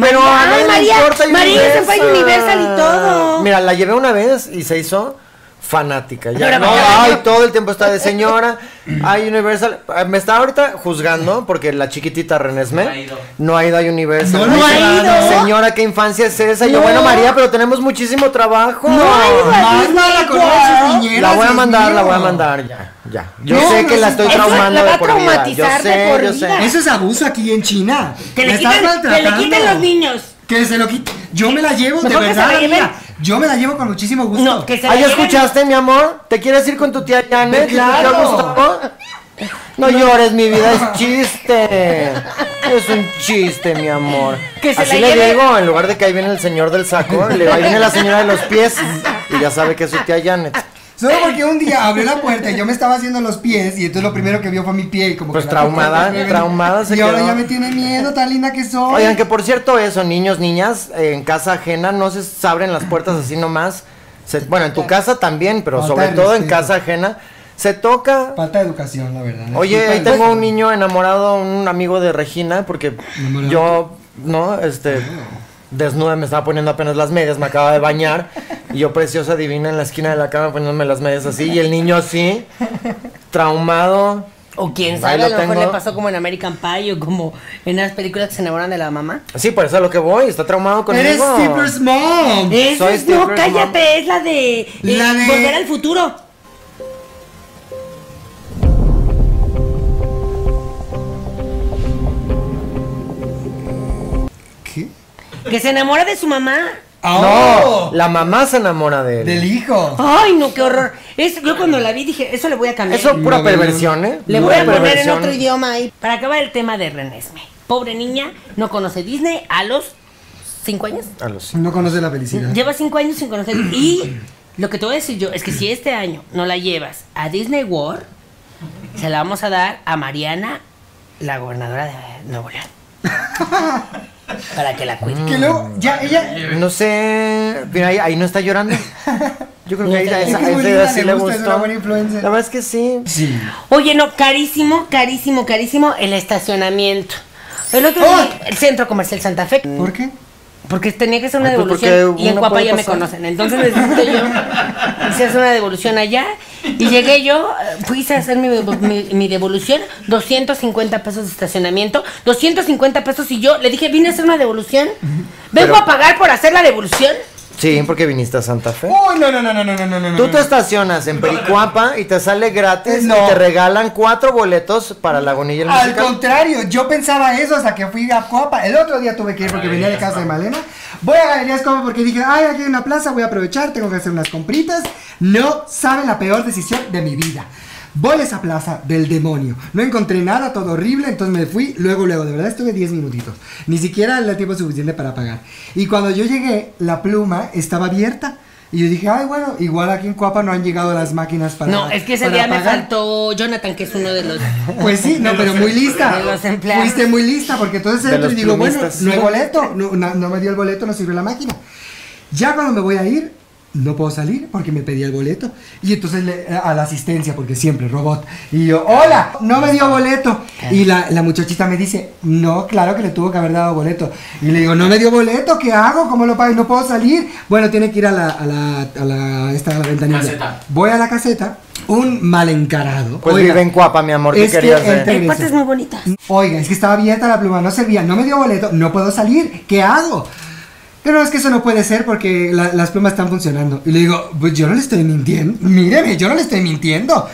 S2: pero a
S1: Ay,
S2: nadie le
S1: María,
S2: importa
S1: María se fue a
S2: Universal.
S1: Universal y todo.
S2: Mira, la llevé una vez y se hizo fanática. Ya,
S1: Pero
S2: no,
S1: vaya.
S2: ay, todo el tiempo está de señora. Ay, Universal. Eh, Me está ahorita juzgando porque la chiquitita
S6: No ha
S2: Renesme
S6: ido.
S2: no ha ido a Universal.
S3: No, no
S1: ha ido.
S2: Señora, ¿qué infancia es esa? Y yo,
S1: No.
S2: bueno, María, pero tenemos muchísimo trabajo.
S1: No ha ido a
S3: Más no la conoces, niñera.
S2: La voy a
S3: Dios
S2: mandar,
S3: mío.
S2: la voy a mandar ya, ya. Yo
S3: No,
S2: sé
S3: no
S2: que la
S3: es
S2: estoy
S1: imposible. Eso
S2: traumando
S1: la va
S2: de
S1: a
S2: por vida. Yo
S1: traumatizar de
S2: sé,
S1: por
S2: yo
S1: vida.
S2: sé.
S3: Eso es abuso aquí en China.
S1: Que
S3: Me
S1: le,
S3: estás
S1: quiten, que le
S3: maltratando.
S1: quiten los niños.
S3: Que se lo quiten. Yo me la llevo, de
S1: Mejor que se
S3: verdad.
S1: la lleven.
S3: amiga. Yo me la llevo con muchísimo gusto.
S1: No, que se la
S2: Ah, ¿ya
S1: lleven.
S2: escuchaste, mi amor? ¿Te quieres ir con tu tía Janet?
S3: Claro.
S2: ¿Y tu tío Gustavo? No, llores, mi vida es chiste. Es un chiste, mi amor.
S1: Que se
S2: Así
S1: la
S2: le
S1: lleve-
S2: digo, en lugar de que ahí viene el señor del saco, le ahí viene la señora de los pies y ya sabe que es su tía Janet.
S3: Solo porque un día abrió la puerta y yo me estaba haciendo los pies y entonces lo primero que vio fue mi pie y como
S2: Pues
S3: que la-
S2: traumada, traumada se
S3: Y ahora
S2: quedó.
S3: ya me tiene miedo, tan linda que soy.
S2: Oigan, que por cierto eso, niños, niñas, eh, en casa ajena no se s- abren las puertas así nomás. Se- bueno, en tu casa también, pero
S3: Falta
S2: sobre
S3: de
S2: todo en
S3: respeto.
S2: casa ajena se toca.
S3: Falta de educación, la verdad.
S2: Oye,
S3: Disculpa,
S2: ahí tengo un niño enamorado, un amigo de Regina, porque
S3: ¿Enamorado?
S2: yo, no, este, desnuda me estaba poniendo apenas las medias, me acaba de bañar, y yo preciosa divina en la esquina de la cama poniéndome las medias así, y el niño así, traumado.
S1: O quién
S2: Ahí
S1: sabe,
S2: lo
S1: a lo mejor
S2: tengo.
S1: le pasó como en American Pie o como en las películas que se enamoran de la mamá.
S2: Sí, por eso a lo que voy, está traumado conmigo.
S3: Pues,
S2: ¿Eh?
S3: Eres Steeper's mom.
S1: Esa
S2: Soy
S1: es- no,
S2: Stephen
S1: cállate, es la de, eh,
S3: La de-
S1: Volver al futuro.
S3: ¿Qué?
S1: Que se enamora de su mamá.
S2: No,
S3: ¡Oh!
S2: la Ah. mamá se enamora de él.
S3: Del hijo.
S1: Ay, no, qué horror. Es, yo cuando la vi dije, eso le voy a cambiar.
S2: Eso pura
S3: No, no, no.
S2: perversión, ¿eh?
S1: le voy
S2: Pura
S1: a poner en
S2: perversión.
S1: otro idioma ahí. Para acabar el tema de Renesme. Pobre niña, no conoce Disney a los cinco años.
S2: A los-
S3: No conoce la felicidad.
S1: Lleva cinco años sin conocer. Y lo que te voy a decir yo es que si este año no la llevas a Disney World, se la vamos a dar a Mariana, la gobernadora de Nuevo León. Para que la cuide.
S3: Que luego, ya, ella.
S2: No sé, mira, ahí, ahí no está llorando. Yo creo que
S3: [laughs]
S2: ahí a
S1: Es
S2: esa,
S3: que es muy
S2: a esa
S3: linda,
S2: edad sí
S3: le
S2: le
S3: gusta, es
S2: gustó.
S3: una buena influencer.
S2: La verdad es que sí.
S3: Sí.
S1: Oye, no, carísimo, carísimo, carísimo el estacionamiento. El otro
S3: ¡Oh!
S1: día, el centro comercial Santa Fe,
S3: ¿Por qué?
S1: porque tenía que hacer una
S2: Ay, pues,
S1: devolución
S2: porque
S1: y en
S2: uno
S1: Cuapa
S2: puede
S1: ya me
S2: pasar.
S1: conocen. Entonces necesito yo hice hacer una devolución allá y llegué yo, eh, fui a hacer mi, mi- mi devolución, 250 pesos de estacionamiento, 250 pesos y yo le dije, vine a hacer una devolución, vengo
S2: Pero-
S1: a pagar por hacer la devolución.
S2: Sí, porque viniste a Santa Fe.
S3: Uy, no, no, no, no, no, no, no, no.
S2: Tú
S3: Mm. no.
S2: te estacionas en Pericuapa y te sale gratis
S3: No.
S2: y te regalan cuatro boletos para Lagunilla el
S3: Al
S2: musical.
S3: contrario, yo pensaba eso hasta que fui a Copa. El otro día tuve que ir porque venía de casa de Malena. Voy a Galerías Copa porque dije, ay, aquí hay una plaza, voy a aprovechar, tengo que hacer unas compritas. No saben la peor decisión de mi vida. Voy a esa plaza del demonio. No encontré nada, todo horrible, entonces me fui. Luego, luego, de verdad estuve 10 minutitos. Ni siquiera el tiempo suficiente para pagar. Y cuando yo llegué, la pluma estaba abierta. Y yo dije, ay, bueno, igual aquí en Coapa no han llegado las máquinas para.
S1: no, es que ese
S3: para
S1: día me
S3: pagar".
S1: faltó Jonathan, que es uno de los.
S3: Pues sí, no, pero muy lista.
S1: de los empleados.
S3: Fuiste muy lista, porque entonces
S2: De
S3: entro y
S2: los
S3: digo, bueno,
S2: plumistas.
S3: no hay boleto, no, no- no me dio el boleto, no sirve la máquina. Ya cuando me voy a ir, no puedo salir porque me pedí el boleto. Y entonces le- eh, a la asistencia, porque siempre robot. Y yo, hola, no me dio boleto. Y la, la muchachita me dice, no, claro que le tuvo que haber dado boleto. Y le digo, no me dio boleto, ¿qué hago? ¿Cómo lo pago? No puedo salir. Bueno, tiene que ir a la, a la, a la, esta, a la ventanilla.
S6: Caseta.
S3: Voy a la caseta. Un mal encarado.
S2: Pues
S3: Oiga,
S2: vive en Cuapa, mi amor, ¿qué
S3: es que
S2: querías
S3: el
S2: ver?
S3: te-
S1: Hay partes muy bonitas.
S3: Oiga, es que estaba abierta la pluma, no servía, no me dio boleto, no puedo salir, ¿qué hago? Pero es que eso no puede ser porque la- las plumas están funcionando. Y le digo, pues yo no le estoy mintiendo, míreme, yo no le estoy mintiendo.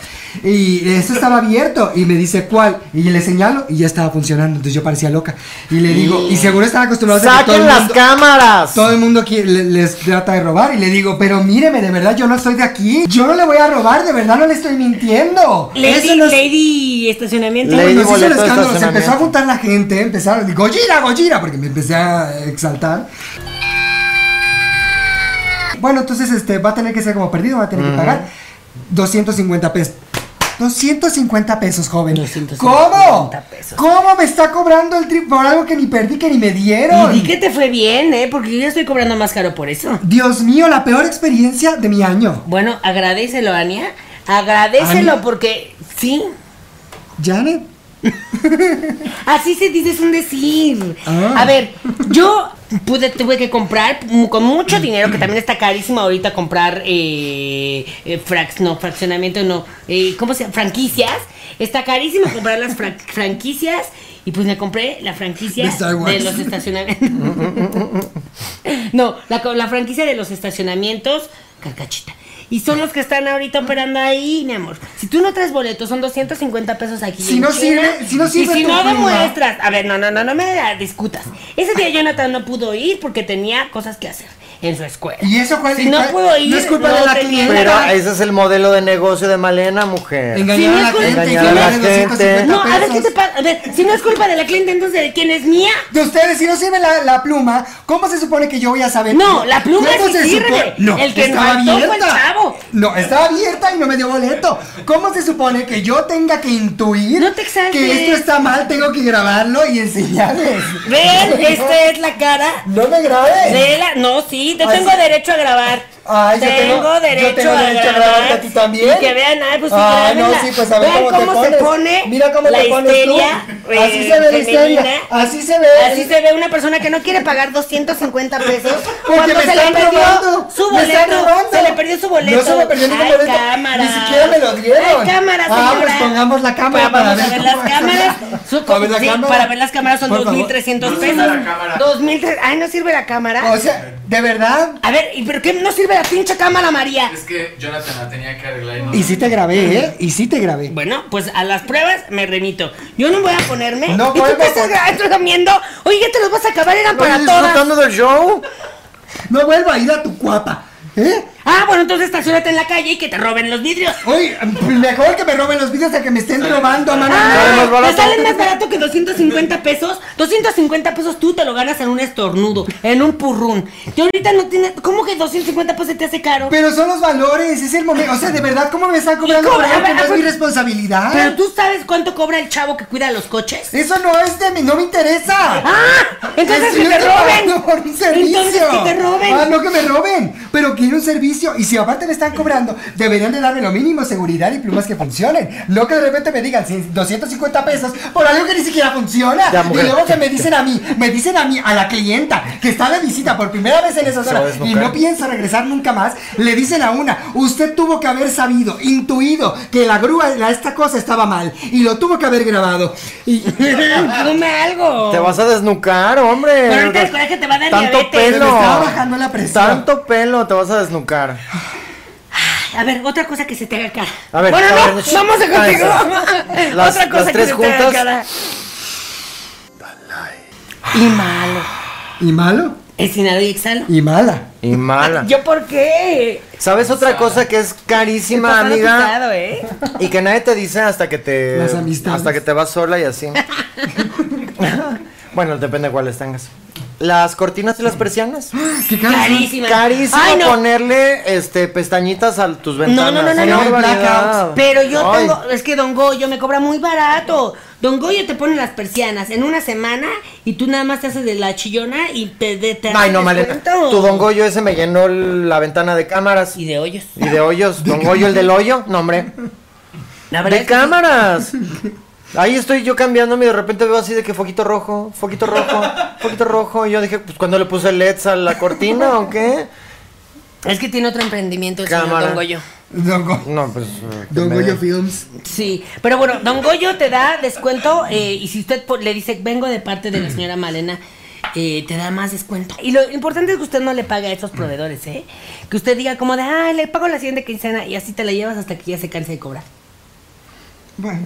S3: Y eso estaba abierto y me dice cuál. Y le señalo y ya estaba funcionando, entonces yo parecía loca. Y le digo, y seguro están acostumbrados a que todo el
S2: ¡Saquen las
S3: mundo-
S2: cámaras!
S3: todo el mundo qui- le- les trata de robar y le digo, pero míreme, de verdad yo no estoy de aquí. Yo no le voy a robar, de verdad no le estoy mintiendo.
S1: Lady,
S3: Eso no es-
S1: Lady Estacionamiento.
S2: Lady-
S3: bueno, nos hizo el
S2: boleto de
S3: escándalo, se
S2: estacionamiento.
S3: empezó a juntar la gente, empezaron, Gojira, Gojira, porque me empecé a exaltar. Bueno, entonces este va a tener que ser como perdido, va a tener que pagar 250 pesos. 250 pesos, joven.
S1: 250
S3: ¿Cómo?
S1: pesos.
S3: ¿Cómo me está cobrando el trip por algo que ni perdí, que ni me dieron?
S1: Y di que te fue bien, ¿eh? Porque yo ya estoy cobrando más caro por eso.
S3: Dios mío, la peor experiencia de mi año.
S1: Bueno, agradecelo, Ania. Agradecelo
S3: Ania.
S1: porque sí.
S3: Janet,
S1: Así se dice, es un decir.
S3: Ah.
S1: A ver, yo pude, tuve que comprar mm, con mucho dinero, que también está carísimo ahorita comprar eh, eh, frax, no, fraccionamiento, no, eh, ¿cómo se llama? Franquicias. Está carísimo comprar las fra- franquicias. Y pues me compré la franquicia
S3: De Star Wars.
S1: de los estacionamientos. no, la, co- la franquicia de los estacionamientos, carcachita. Y son los que están ahorita operando ahí, mi amor. Si tú no traes boletos, son 250 pesos aquí.
S3: Si
S1: en
S3: no
S1: China.
S3: sirve- si no
S1: Y
S3: sirve
S1: si
S3: tu
S1: no
S3: pluma.
S1: demuestras. A ver, no, no, no, no me la discutas. Ese día Jonathan no pudo ir porque tenía cosas que hacer en su escuela.
S3: ¿Y eso cuál-
S1: Si no
S3: cuál-
S1: pudo ir.
S3: no es culpa de la
S1: tenía
S3: clienta?
S2: Pero
S1: nada.
S2: ese es el modelo de negocio de Malena, mujer.
S3: engañaron a la
S1: Sí, me
S3: gente,
S2: engañaron a la
S3: engañaron
S2: gente.
S3: 250
S1: No, a ver qué
S3: pesos.
S1: te pasa. A ver, si no es culpa de la cliente, entonces ¿de quién es mía?
S3: De ustedes, si no sirve la, la pluma, ¿cómo se supone que yo voy a saber?
S1: No, la pluma
S3: ¿Cómo
S1: sí
S3: se
S1: sirve.
S3: supone-
S1: El que
S3: estaba
S1: faltó fue el chavo.
S3: No, estaba abierta y no me dio boleto. ¿Cómo se supone que yo tenga que intuir
S1: No te exaltes.
S3: que esto está mal, tengo que grabarlo y enseñarles? [laughs]
S1: Ven, esta es la cara
S3: No me grabes.
S1: de la. No, sí, yo
S3: Em, Ay,
S1: tengo
S3: sí.
S1: derecho a grabar.
S3: Ay, yo tengo- yo
S1: derecho,
S3: tengo
S1: a
S3: derecho a
S1: grabar.
S3: grabarte a ti también.
S1: Y que vean, ay, pues sí,
S3: Ay, no,
S1: grábenla.
S3: sí, pues a ver
S1: Vean
S3: cómo, te pones.
S1: se pone.
S3: Mira cómo
S1: la
S3: te pones
S1: histeria,
S3: tú.
S1: eh,
S3: Así se ve la histeria.
S1: femenina.
S3: Así se ve.
S1: Así se ve una persona que no quiere pagar 250 pesos
S3: [laughs] Porque
S1: cuando
S3: me
S1: se le
S3: están
S1: perdió
S3: robando,
S1: su
S3: me están
S1: boleto.
S3: robando.
S1: Se le perdió su boleto.
S3: No se me perdió ningún
S1: Ay,
S3: boleto.
S1: cámara.
S3: Ni siquiera me lo dieron.
S1: Ay, cámara,
S3: Ah,
S1: señora.
S3: pues pongamos la cámara
S1: Pues vamos
S3: para
S1: a
S3: ver
S1: ver
S3: cómo
S1: las
S3: está.
S1: cámaras. Su-
S3: Para ver la
S1: sí,
S3: cámara.
S1: para ver las cámaras son
S3: Por favor.
S1: 2.300
S6: No
S1: pesos.
S6: sirve la cámara.
S1: 2.300. Ay, no sirve la cámara.
S3: O sea, de verdad.
S1: a ver, ¿y por qué no sirve la pinche cámara, María?
S6: Es que Jonathan la tenía que arreglar y no.
S3: Y sí te grabé, ¿eh? Y sí te grabé.
S1: Bueno, pues a las pruebas me remito. Yo no voy a ponerme.
S3: No
S1: ¿Y tú
S3: vuelvo
S1: qué
S3: a
S1: estás
S3: poner-
S1: gra- comiendo? Oye, ya te los vas a acabar, eran para
S2: ¿Estás
S1: todas.
S2: disfrutando del show?
S3: No vuelvo a ir a tu cuapa, ¿eh?
S1: Ah, bueno, entonces estacionate en la calle y que te roben los vidrios.
S3: Oye, mejor que me roben los videos a que me estén robando a mano.
S2: sale
S1: Ah,
S2: más barato.
S1: te sale más barato que 250 pesos. 250 pesos tú te lo ganas en un estornudo, en un purrún. Y ahorita no tienes. ¿Cómo que 250 pesos se te hace caro?
S3: Pero son los valores, es el momento. O sea, de verdad, ¿cómo me están cobrando por
S1: cobra- a
S3: algo
S1: ver,
S3: que no
S1: a
S3: es
S1: ver.
S3: mi responsabilidad?
S1: pues, Pero tú sabes cuánto cobra el chavo que cuida los coches.
S3: Eso no es de mí, no me interesa.
S1: ¡Ah! Entonces
S3: Estoy
S1: que te
S3: pagando
S1: roben.
S3: Por un servicio.
S1: Entonces que te roben.
S3: Ah, no que me roben. Pero quiero un servicio. servicio. Y si aparte me están cobrando, deberían de darme lo mínimo, seguridad y plumas que funcionen. No que de repente me digan "Sí, 250 pesos por algo que ni siquiera funciona.
S2: Ya,
S3: y
S2: mujer.
S3: luego que me dicen a mí, me dicen a mí, a la clienta, que está de visita por primera vez en esas horas
S2: Sabes,
S3: y
S2: mujer.
S3: no piensa regresar nunca más, le dicen a una, usted tuvo que haber sabido, intuido, que la grúa, la, esta cosa estaba mal, y lo tuvo que haber grabado. Y, [laughs]
S1: Come algo.
S2: Te vas a desnucar, hombre.
S1: Pero ahorita el coraje te va a dar
S2: Tanto
S1: diabetes.
S2: pelo.
S3: Me estaba bajando la presión.
S2: Tanto pelo, te vas a desnucar.
S1: A ver, otra cosa que se te haga cara.
S2: A ver,
S1: bueno,
S2: a
S1: no,
S2: ver, sh-
S1: vamos a
S2: a eso.
S1: continuar.
S2: Las-
S1: otra cosa
S2: las tres
S1: que se te haga
S2: juntas.
S1: cara. Y malo.
S3: y malo,
S1: Es inhalo y exhalo.
S3: y mala.
S2: Y mala.
S1: ¿Yo por qué?
S2: ¿Sabes otra cosa que es carísima,
S1: Pasado
S2: amiga?
S1: pisado, ¿eh?
S2: Y que nadie te dice hasta que te.
S3: Las amistades.
S2: Hasta que te vas sola
S1: [laughs]
S2: y así. bueno, depende de cuáles tengas. Las cortinas y
S1: [gasps]
S2: las persianas.
S3: ¿Qué caras son?
S1: Carísima.
S2: Carísimo
S1: Ay, no.
S2: ponerle este pestañitas a tus
S1: No,
S2: ventanas.
S1: no, no, no,
S2: Qué
S1: no.
S3: hay
S2: barbaridad.
S3: blackouts.
S1: Pero yo
S2: Ay,
S1: tengo, es que Don Goyo me cobra muy barato. Don Goyo te pone las persianas en una semana y tú nada más te haces de la chillona y te de, te
S2: Ay, no,
S1: haces
S2: Malena.
S1: descuento.
S2: Tu don Goyo ese me llenó el- la ventana de cámaras.
S1: Y de hoyos.
S2: Y de hoyos. Don Goyo, el del hoyo. No, hombre.
S1: La verdad
S2: De
S1: es que sí. [laughs]
S2: cámaras. Ahí estoy yo cambiándome y de repente veo así de que foquito rojo, foquito rojo, foquito rojo. Y yo dije, pues cuando le puse LEDs a la cortina o qué.
S1: Es que tiene otro emprendimiento el señor
S2: Cámara.
S1: Don Goyo.
S3: Don, Go-
S2: No, pues. eh, que
S3: Don
S2: me-
S3: Goyo Films.
S1: Sí, pero bueno, Don Goyo te da descuento eh, y si usted po- le dice, vengo de parte de la señora Malena, eh, te da más descuento. Mm. Y lo importante es que usted no le pague a esos proveedores, ¿eh? Que usted diga como de, ah, le pago la siguiente quincena y así te la llevas hasta que ya se canse de cobrar.
S3: Bueno.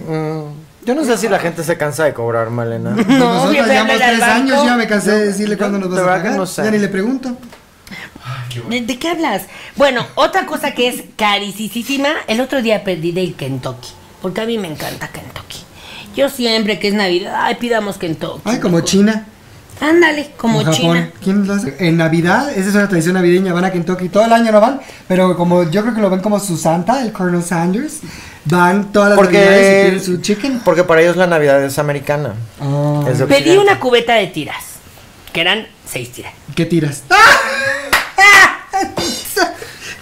S2: Mm. Yo no sé si la gente se cansa de cobrar,
S3: [laughs]
S2: Malena.
S3: Pues
S1: No,
S3: nosotros
S1: siempre
S3: llevamos
S1: habla al
S3: tres
S1: banco.
S3: años, yo ya me cansé de decirle
S2: yo-
S3: cuándo nos vas
S2: de
S3: a
S2: verdad que
S3: pagar.
S2: no sé.
S3: Ya ni le pregunto.
S1: ¿De, de qué hablas? Bueno, otra cosa que es carísima, el otro día pedí del Kentucky, porque a mí me encanta Kentucky. Yo siempre que es Navidad, ay, pidamos Kentucky.
S3: Ay, como China.
S1: Ándale, como
S3: o Japón.
S1: China.
S3: ¿Quién lo hace? En Navidad, esa es una tradición navideña, van a Kentucky, todo el año no van, pero como yo creo que lo ven como su santa, el Colonel Sanders, van todas las navidades y
S2: Porque.
S3: tienen su chicken.
S2: Porque para ellos la Navidad es americana.
S3: Ah,
S2: Es de
S1: Pedí
S2: occidente.
S1: una cubeta de tiras, que eran seis tiras. [laughs]
S3: ¿Qué tiras?
S1: Ah,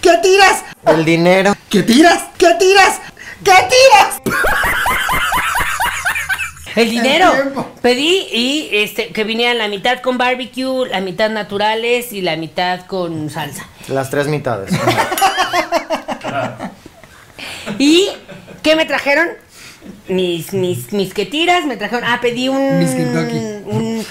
S3: ¿Qué tiras?
S2: El dinero.
S3: ¿Qué tiras? ¿Qué tiras? ¿Qué tiras?
S1: El dinero.
S3: tiempo.
S1: Pedí y este que vinieran la mitad con barbecue, la mitad naturales y la mitad con salsa.
S2: Las tres mitades.
S1: ¿Y qué me trajeron? Mis, mis, mis que tiras, me trajeron. Ah, pedí un.
S3: Mis Kentucky.
S1: Un,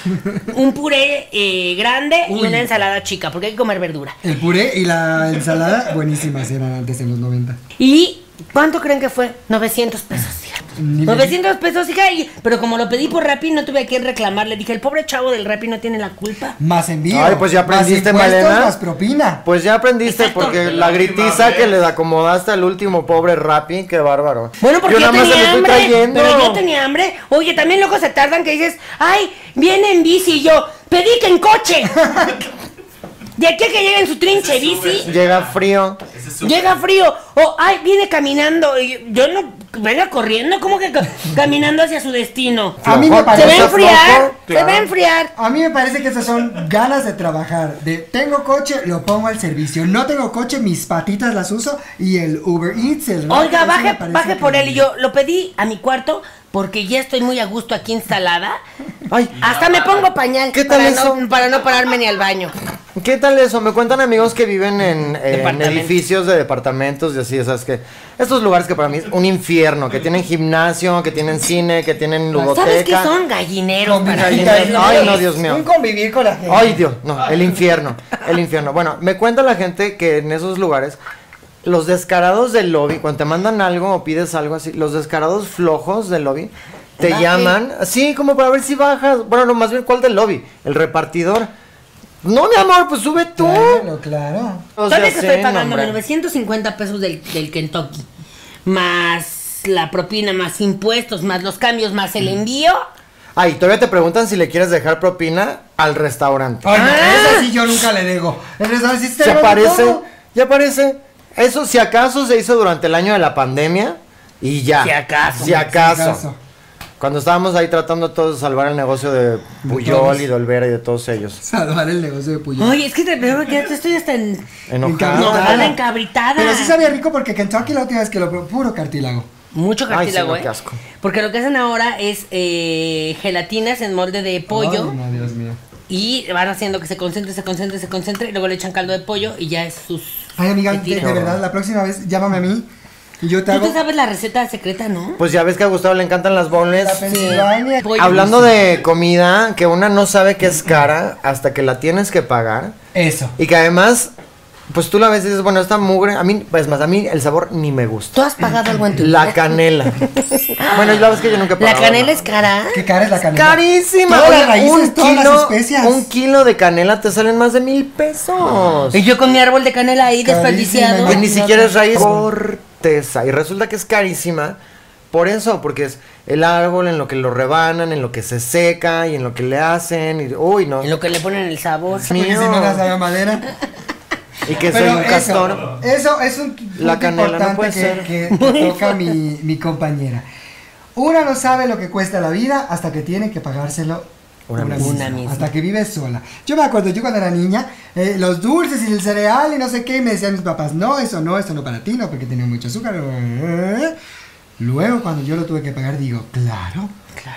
S1: un puré eh, grande y
S3: Uy.
S1: una ensalada chica, porque hay que comer verdura.
S3: El puré y la ensalada, buenísimas eran antes en los 90.
S1: ¿Y cuánto creen que fue? 900 pesos, hija.
S3: Ni me-
S1: 900 pesos, hija. y- pero como lo pedí por Rappi, no tuve a quién reclamar. Le dije, el pobre chavo del Rappi no tiene la culpa.
S3: Más envío.
S2: Ay, pues ya aprendiste,
S3: más impuestos,
S2: Malena.
S3: Más propina.
S2: Pues ya aprendiste,
S1: Exacto.
S2: porque
S6: De
S2: la
S6: la última
S2: gritiza
S6: vez.
S2: que le acomodaste al último pobre Rappi, qué bárbaro.
S1: Bueno, porque yo,
S2: nada más se
S1: tenía
S2: lo estoy
S1: hambre.
S2: trayendo.
S1: Pero yo tenía hambre. Oye, también luego se tardan que dices, ay, viene en bici. Y yo, pedí que en coche. [laughs] De aquí a que llegue en su trinche bici,
S2: Llega frío.
S6: Ese es su-
S1: llega frío. O, ay, viene caminando. Y yo no, venga corriendo, como que
S2: [laughs]
S1: ca- caminando hacia su destino.
S3: A mí me
S2: Flojo,
S1: Se
S3: parece.
S1: va a
S2: está
S1: enfriar,
S2: flojo,
S1: se va a
S2: claro.
S1: enfriar.
S3: A mí me parece que esas son ganas de trabajar. De tengo coche, lo pongo al servicio. No tengo coche, mis patitas las uso y el Uber Eats, el Rappi,
S1: Oiga,
S3: eso me
S1: baje,
S3: parece
S1: baje
S3: que-
S1: por él y yo lo pedí a mi cuarto porque ya estoy muy a gusto aquí instalada.
S2: Ay,
S1: Hasta me pongo pañal
S2: ¿Qué tal
S1: para, No,
S2: eso?
S1: para no pararme ni al baño.
S2: ¿Qué tal eso? Me cuentan amigos que viven en, eh, en
S1: Departamentos.
S2: edificios de departamentos y así, esas que estos lugares que para mí es un infierno, que tienen gimnasio, que tienen cine, que tienen ludoteca.
S1: ¿Sabes qué son? Gallineros.
S3: Con
S1: para
S3: mi
S1: mí.
S3: gallina.
S2: Ay, Ay, no, Dios mío.
S3: Un convivir con la gente.
S2: Ay, Dios, no, el infierno, el infierno. Bueno, me cuenta la gente que en esos lugares, los descarados del lobby, cuando te mandan algo o pides algo así, los descarados flojos del lobby, te
S1: Baje.
S2: llaman, sí, como para ver si bajas. Bueno, no, más bien, ¿cuál del lobby? El repartidor. No, mi amor, pues sube tú.
S3: Claro, claro.
S2: O sea,
S1: Todavía que
S2: sí,
S1: estoy
S2: no,
S1: pagando
S2: hombre.
S1: 950 pesos del, del Kentucky, más la propina, más impuestos, más los cambios, más el envío.
S2: Ay, todavía te preguntan si le quieres dejar propina al restaurante.
S3: Ay, no,
S1: Ah.
S3: esa sí yo nunca le digo. Esa sí
S2: Se
S3: tenemos
S2: aparece,
S3: todo.
S2: ya aparece. Eso si acaso se hizo durante el año de la pandemia y ya.
S1: Si acaso.
S2: Si
S3: Si
S2: acaso.
S3: acaso.
S2: Cuando estábamos ahí tratando todos de salvar el negocio de Puyol
S3: todos.
S2: y de Olvera y de todos ellos.
S3: Salvar el negocio de
S2: Mm.
S3: Puyol.
S1: Oye, es que te veo que ya te estoy hasta en...
S2: Enojados.
S1: No,
S3: Encabritada.
S1: nada, encabritada.
S3: Pero sí sabía rico porque Kentucky la última vez que lo probó, puro cartílago.
S1: Mucho
S2: Ay, sí,
S1: cartílago,
S2: no,
S1: ¿eh?
S2: qué asco.
S1: Porque lo que hacen ahora es eh, gelatinas en molde de pollo
S3: Ay, no, Dios mío.
S1: y van haciendo que se concentre, se concentre, se concentre. Y luego le echan caldo de pollo y ya es sus.
S3: Ay, amiga, de,
S1: Qué
S3: de
S1: horror.
S3: verdad, la próxima vez llámame a mí y yo
S1: Tú
S3: te hago
S1: te sabes la receta secreta, ¿no?
S2: Pues ya ves que a Gustavo le encantan las bonles.
S3: la Pensilvania.
S1: Pollo.
S2: Hablando de comida, que una no sabe que es cara hasta que la tienes que pagar.
S3: Eso.
S2: Y que además, pues tú la ves y dices, bueno, esta mugre, a mí, pues más, a mí el sabor ni me gusta.
S1: ¿Tú has pagado algo en tu
S2: La canela. bueno, y la ves que yo nunca he
S1: La
S2: pagado,
S1: canela
S2: ¿no?
S1: es cara.
S3: ¿Qué cara es la canela?
S2: Carísima.
S3: Todas
S2: Oye,
S3: las raíces,
S2: un
S3: todas las
S2: kilo,
S3: especias.
S2: Un kilo de canela te salen más de mil pesos.
S1: Y yo con mi árbol de canela ahí
S3: Pues, Carísima,
S1: desperdiciado.
S2: Y ni
S3: imagínate.
S2: siquiera es raíz corteza. Y resulta que es carísima. Por eso, porque es el árbol en lo que lo rebanan, en lo que se seca y en lo que le hacen. Y, uy, no.
S1: En lo que le ponen el sabor.
S3: Porque si
S2: mío.
S3: no la sabe a madera.
S2: Y que soy
S3: Pero
S2: un castor.
S3: eso, eso es un punto
S2: La canela no
S3: importante
S2: puede
S3: que,
S2: ser.
S3: que- que toca mi, mi compañera. Una no sabe lo que cuesta la vida hasta que tiene que pagárselo
S2: Una misma.
S1: Una misma.
S3: Hasta que vive sola. Yo me acuerdo, yo cuando era niña, eh, los dulces y el cereal y no sé qué, y me decían mis papás, no, eso no, eso no para ti, no, porque tiene mucho azúcar. Luego, cuando yo lo tuve que pagar, digo, claro,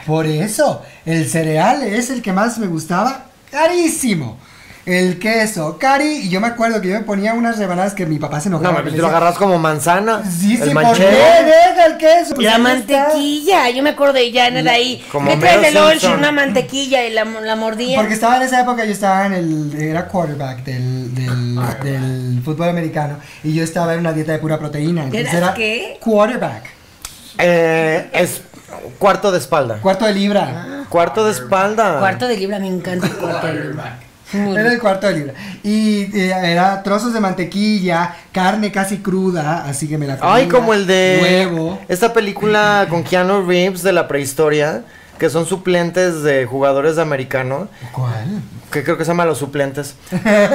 S3: Por eso, el cereal es el que más me gustaba, carísimo. El queso, cari, y yo me acuerdo que yo me ponía unas rebanadas que mi papá se
S2: No,
S3: enojaba.
S2: pero
S3: que
S2: si
S3: le
S2: lo
S3: decía,
S2: agarras como manzana.
S3: Sí, sí,
S2: el
S3: ¿por qué?
S2: manchego.
S3: Deja el queso. pues
S1: La
S3: ahí está".
S1: mantequilla, yo me acuerdo de ya era ahí.
S2: como
S1: ¿Qué traes
S2: Homero
S1: el lunch?
S2: Simpson.
S1: Una mantequilla y la, la mordía.
S3: Porque estaba en esa época, yo estaba en el. Era quarterback del, del, del fútbol americano. Y yo estaba en una dieta de pura proteína. Entonces
S1: ¿Eras
S3: era
S1: qué?
S3: quarterback.
S2: Eh, es cuarto de espalda.
S3: Cuarto de libra.
S2: Cuarto de espalda.
S1: Cuarto de libra, me
S3: [laughs]
S1: encanta el cuarto de libra. Muy
S3: Era el cuarto de libra. Y eh, era trozos de mantequilla, carne casi cruda. Así que me la comía.
S2: Ay, como el de
S3: Huevo.
S2: esta película con Keanu Reeves de la prehistoria, que son suplentes de jugadores de americano,
S3: ¿Cuál?
S2: que creo que se llama Los Suplentes.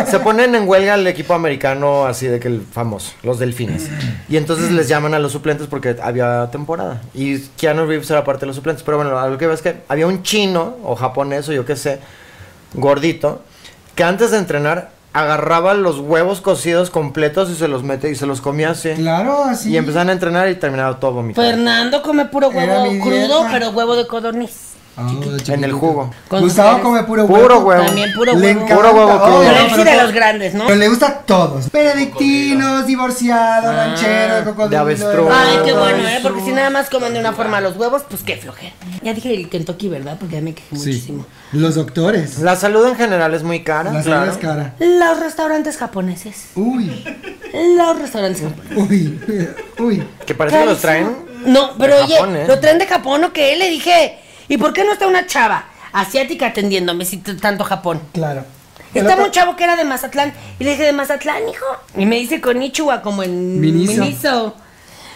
S2: Se ponen en huelga el equipo americano, así de que el famoso, los delfines. Y entonces les llaman a los suplentes porque había temporada. Y Keanu Reeves era parte de los suplentes. Pero bueno, algo que ves que había un chino o japonés o yo qué sé, gordito, que antes de entrenar agarraba los huevos cocidos completos y se los mete y se los comía así.
S3: Claro, así.
S2: Y empezaron a entrenar y terminaron todo
S1: Pues
S2: vomitado.
S1: Fernando come puro
S3: Era mi
S1: huevo
S3: dieta.
S1: crudo, pero huevo de codorniz.
S3: Ah,
S2: en el jugo.
S1: Con
S3: Gustavo
S1: sus
S3: come puro huevo.
S2: Puro huevo.
S1: También puro
S3: Le
S1: huevo.
S3: encanta.
S2: Puro huevo crudo.
S3: Ay,
S1: Pero
S2: Pero
S1: él
S3: no,
S1: sí de
S3: todo-
S1: los grandes, ¿no?
S3: Pero le gusta a todos. Benedictinos, divorciados, rancheros, cocodrilos.
S2: Ah, de avestruz.
S1: Ay, qué bueno, ¿eh?
S3: avestruz.
S1: Porque si nada más comen de una forma los huevos, pues qué flojera. Ya dije el Kentucky, ¿verdad? Porque ya me quejé muchísimo.
S3: Sí. Los doctores.
S2: La salud en general es muy cara.
S3: La
S2: Ah, claro.
S3: salud es cara.
S1: Los restaurantes japoneses.
S3: Uy,
S1: Los restaurantes japoneses.
S3: uy, uy.
S2: Que parece que los
S1: Carísimo.
S2: traen.
S1: No, pero
S2: de
S1: oye,
S2: Japón, ¿eh?
S1: ¿lo traen de Japón o qué? Le dije, ¿y por qué no está una chava asiática atendiéndome si t- tanto Japón?
S3: Claro. El
S1: Estaba
S3: otro-
S1: un chavo que era de Mazatlán y le dije, ¿de Mazatlán, hijo? Y me dice con Ichua como en
S3: Miniso.
S1: Miniso.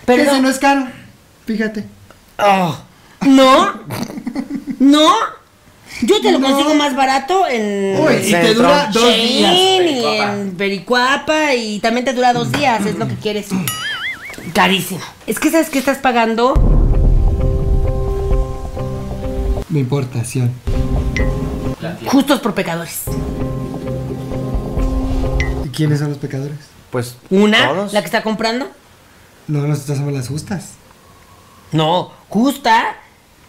S1: Pero
S3: Ese
S1: no,
S3: no es caro. Fíjate.
S1: Oh, no, no. Yo te lo consigo más barato en
S3: Uy, y te
S2: centro.
S3: dura dos días.
S1: Shein y en Pericuapa y también te dura dos días, es lo que quieres. Carísimo. Es que sabes que estás pagando
S3: No importa, Sion.
S1: justos por pecadores.
S3: ¿Y quiénes son los pecadores?
S2: Pues.
S1: Una,
S2: todos.
S1: la que está comprando.
S3: No, nosotros somos las justas.
S1: No, justa.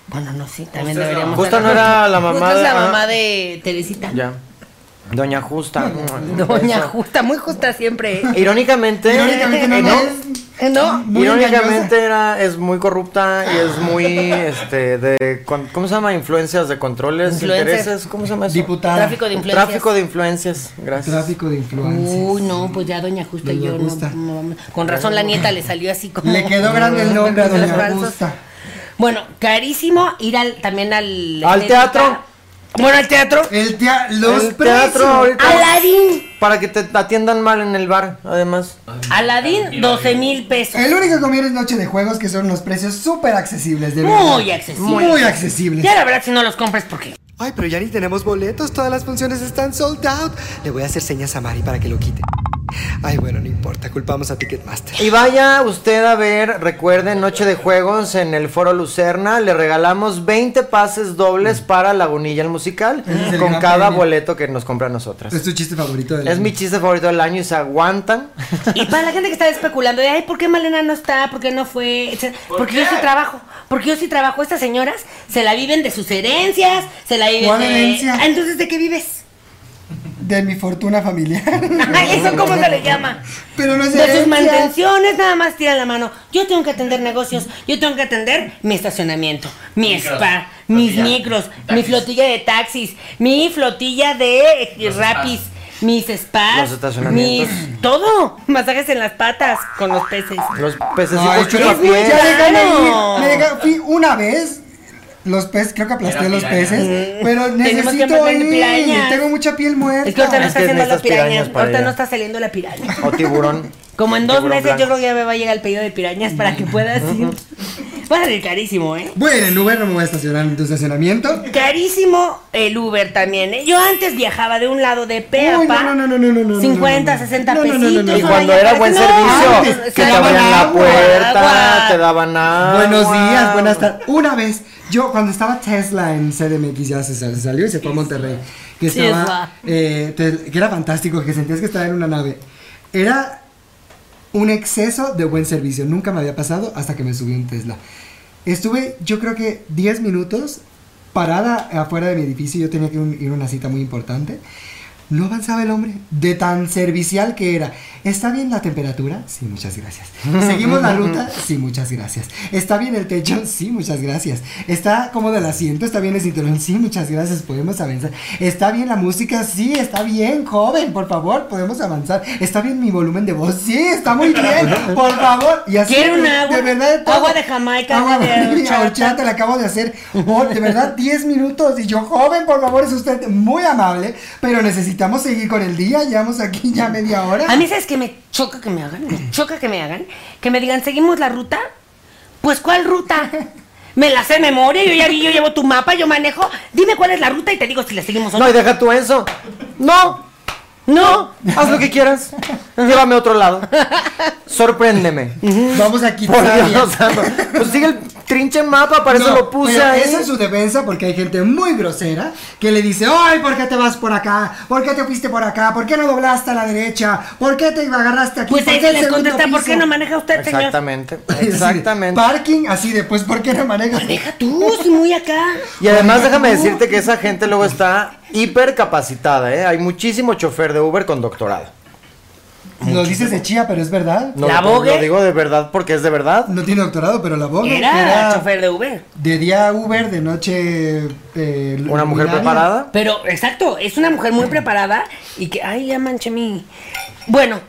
S1: Bueno, no, sí, también
S6: Justa es la-
S1: deberíamos.
S2: Justa no era la mamá
S1: Justa es la
S2: de- ah.
S1: mamá de Teresita.
S2: Ya. Doña Justa. [laughs]
S1: Doña
S2: Eso.
S1: Justa, muy justa siempre.
S2: [laughs]
S1: ¿eh?
S2: Irónicamente.
S3: Irónicamente no,
S2: eh,
S3: no
S2: no.
S3: es
S1: ¿No?
S3: muy
S2: Irónicamente
S3: engañosa.
S2: era, es muy corrupta y es
S1: [laughs]
S2: muy este de con- ¿cómo se llama? influencias de controles,
S1: Influencer.
S2: intereses, ¿cómo se llama eso?
S3: Diputada.
S1: Tráfico de influencias.
S2: Tráfico de influencias, gracias.
S3: Tráfico de influencias.
S1: Uy, no, pues ya Doña Justa y
S3: Doña
S1: yo no-
S3: Justa.
S1: no vamos- Con razón la nieta le salió así
S8: [laughs]
S1: como.
S3: Le quedó
S1: [laughs]
S3: grande el nombre a
S1: Los
S3: Doña
S1: falsos.
S3: Augusta.
S1: Bueno, carísimo ir al, también al.
S2: Al
S1: estética.
S2: teatro.
S1: Bueno, al teatro.
S3: El tea- los
S2: El teatro ahorita-
S1: Aladín.
S2: Para que te atiendan mal en el bar, además.
S1: Aladín, 12 mil pesos.
S3: El único que conviene es Noche de Juegos, que son los precios súper accesibles, de verdad.
S1: Muy accesible.
S3: Muy accesibles.
S1: Ya la verdad, si no los compras, porque.
S8: Ay, pero ya ni tenemos boletos, todas las funciones están sold out. Le voy a hacer señas a Mari para que lo quite. Ay, bueno, no importa, culpamos a Ticketmaster.
S2: Y vaya usted a ver, recuerden, Noche de Juegos en el Foro Lucerna. Le regalamos 20 pases dobles para Lagunilla el Musical
S3: Mm. Ese es el
S2: con
S3: gran
S2: cada
S3: premio.
S2: boleto que nos compra a nosotras.
S3: Es tu chiste favorito de la
S2: Es mi chiste favorito del año y se
S3: [laughs]
S2: aguantan.
S1: Y para la gente que está especulando de, ay, ¿por qué Malena no está? ¿Por qué no fue? etcétera? porque yo sí trabajo. Porque yo sí trabajo. Estas señoras se la viven de sus herencias, se la viven
S3: ¿Cuál
S1: de...
S3: herencia?
S1: Ah, entonces, ¿de qué vives? [laughs]
S3: De mi fortuna familiar. [laughs]
S1: Ay, ¿Eso cómo se le llama?
S3: Pero no es
S1: De sus
S3: herencia.
S1: mantenciones nada más tiran la mano. Yo tengo que atender negocios, yo tengo que atender mi estacionamiento, mi
S6: Micros,
S1: spa, mis
S6: flotilla,
S1: micros, mi
S6: taxis.
S1: flotilla de taxis, mi flotilla de eh, rapis, mis spas,
S2: Los estacionamientos.
S1: mis todo, masajes en las patas con los peces.
S2: Los
S3: Ay,
S2: pececitos
S3: pero
S2: chupapié.
S3: ya déjame
S1: Claro.
S3: ir. Me deja- fui una vez. Los peces, creo que aplasté
S6: Era
S3: los
S6: piraña.
S3: peces. Pero
S1: que
S3: necesito
S1: aprender de
S3: ir.
S1: pirañas.
S3: Tengo mucha piel
S1: Es que ahorita no
S2: Es
S3: muerta.
S1: está
S2: que
S1: haciendo las
S2: necesitas
S1: pirañas,
S2: pirañas para
S1: ahorita
S2: allá.
S1: no está saliendo la piraña.
S2: O tiburón.
S1: Como en dos
S2: Tiburón
S1: meses yo
S2: blanco.
S1: creo que ya me va a llegar el pedido de pirañas para que
S2: [laughs]
S1: puedas ir. Va a ser carísimo, ¿eh?
S3: Bueno, en Uber no me voy a estacionar en tu estacionamiento.
S1: Carísimo el Uber también, ¿eh? Yo antes viajaba de un lado de Peapa.
S3: Uy, no, no, no, no, no, no, no,
S1: 50,
S3: no, no, no.
S1: 60
S3: No, no, no,
S1: pesitos.
S3: no, no, no.
S1: ahora
S2: Y
S3: Ay,
S2: cuando
S1: ya
S2: era
S1: parece-
S2: buen
S1: no,
S3: antes,
S2: servicio, que te
S1: se
S3: daban
S2: abrían la
S3: agua.
S2: puerta,
S1: Agua.
S2: te daban agua.
S3: Buenos días, buenas tardes. Una vez, yo cuando estaba Tesla en CDMX ya se sal- salió y se fue a Monterrey. Que estaba.
S1: Tesla.
S3: eh, te- que era fantástico, que sentías que estaba en una nave. Era un exceso de buen servicio. Nunca me había pasado hasta que me subí a un Tesla. Estuve, yo creo que 10 minutos parada afuera de mi edificio. Yo tenía que un- ir a una cita muy importante. No avanzaba el hombre, de tan servicial que era. ¿Está bien la temperatura? Sí, muchas gracias. ¿Seguimos la ruta? Sí, muchas gracias. ¿Está bien el techo? Sí, muchas gracias. ¿Está cómodo el asiento? ¿Está bien el cinturón? Sí, muchas gracias, podemos avanzar. ¿Está bien la música? Sí, está bien, joven, por favor, podemos avanzar. ¿Está bien mi volumen de voz? Sí, está muy
S1: [laughs]
S3: bien, por favor. Y así,
S1: Quiero un
S3: de-
S1: agua,
S3: de verdad, todo.
S1: agua de Jamaica,
S3: Agua
S1: agua de
S3: de
S1: horchata.
S3: horchata, te la acabo de hacer, oh, de
S1: [laughs]
S3: verdad, 10 minutos. Y yo, joven, por favor, es usted muy amable, pero necesitamos seguir con el día. Llevamos aquí ya media hora.
S1: A mí, ¿sabes que Me choca que me hagan, me choca que me hagan. Que me digan, ¿seguimos la ruta? Pues, ¿cuál ruta? Me la sé de memoria, yo ya vi, yo llevo tu mapa, yo manejo. Dime cuál es la ruta y te digo si la seguimos o no.
S2: No, y deja tú eso. No,
S1: No.
S2: haz lo que quieras. Llévame a otro lado. Sorpréndeme.
S3: Vamos a quitar.
S2: Por Dios
S1: [laughs]
S2: santo. Pues sigue el trinche mapa, para eso
S3: No,
S2: lo puse
S3: pero
S2: ahí.
S3: Eso es su defensa porque hay gente muy grosera que le dice, ay, ¿por qué te vas por acá? ¿Por qué te fuiste por acá? ¿Por qué no doblaste a la derecha? ¿Por qué te agarraste aquí?
S1: Pues
S3: ¿Por
S1: ahí
S3: qué
S1: se
S3: el
S1: les
S3: segundo
S1: contesta, ¿por qué
S3: [laughs] piso?"
S1: no maneja usted, señor?
S6: [laughs]
S2: Exactamente,
S3: Es decir,
S2: exactamente.
S3: Parking, así después, ¿por qué no manejas?
S1: Deja tú, si muy acá.
S2: Y además déjame decirte que esa gente luego está hiper capacitada, ¿eh? Hay muchísimo chofer de Uber con doctorado.
S3: Lo dices de chía, pero es verdad.
S2: No,
S1: ¿La
S2: lo-
S1: Vogue?
S2: Lo digo de verdad porque es de verdad.
S3: No tiene doctorado, pero la boga
S1: Era, chofer de Uber.
S3: de día Uber, de noche... eh,
S2: Una mujer
S3: luminaria.
S2: preparada.
S1: Pero, exacto, es una mujer muy preparada y que, ay, ya manché mi. Bueno,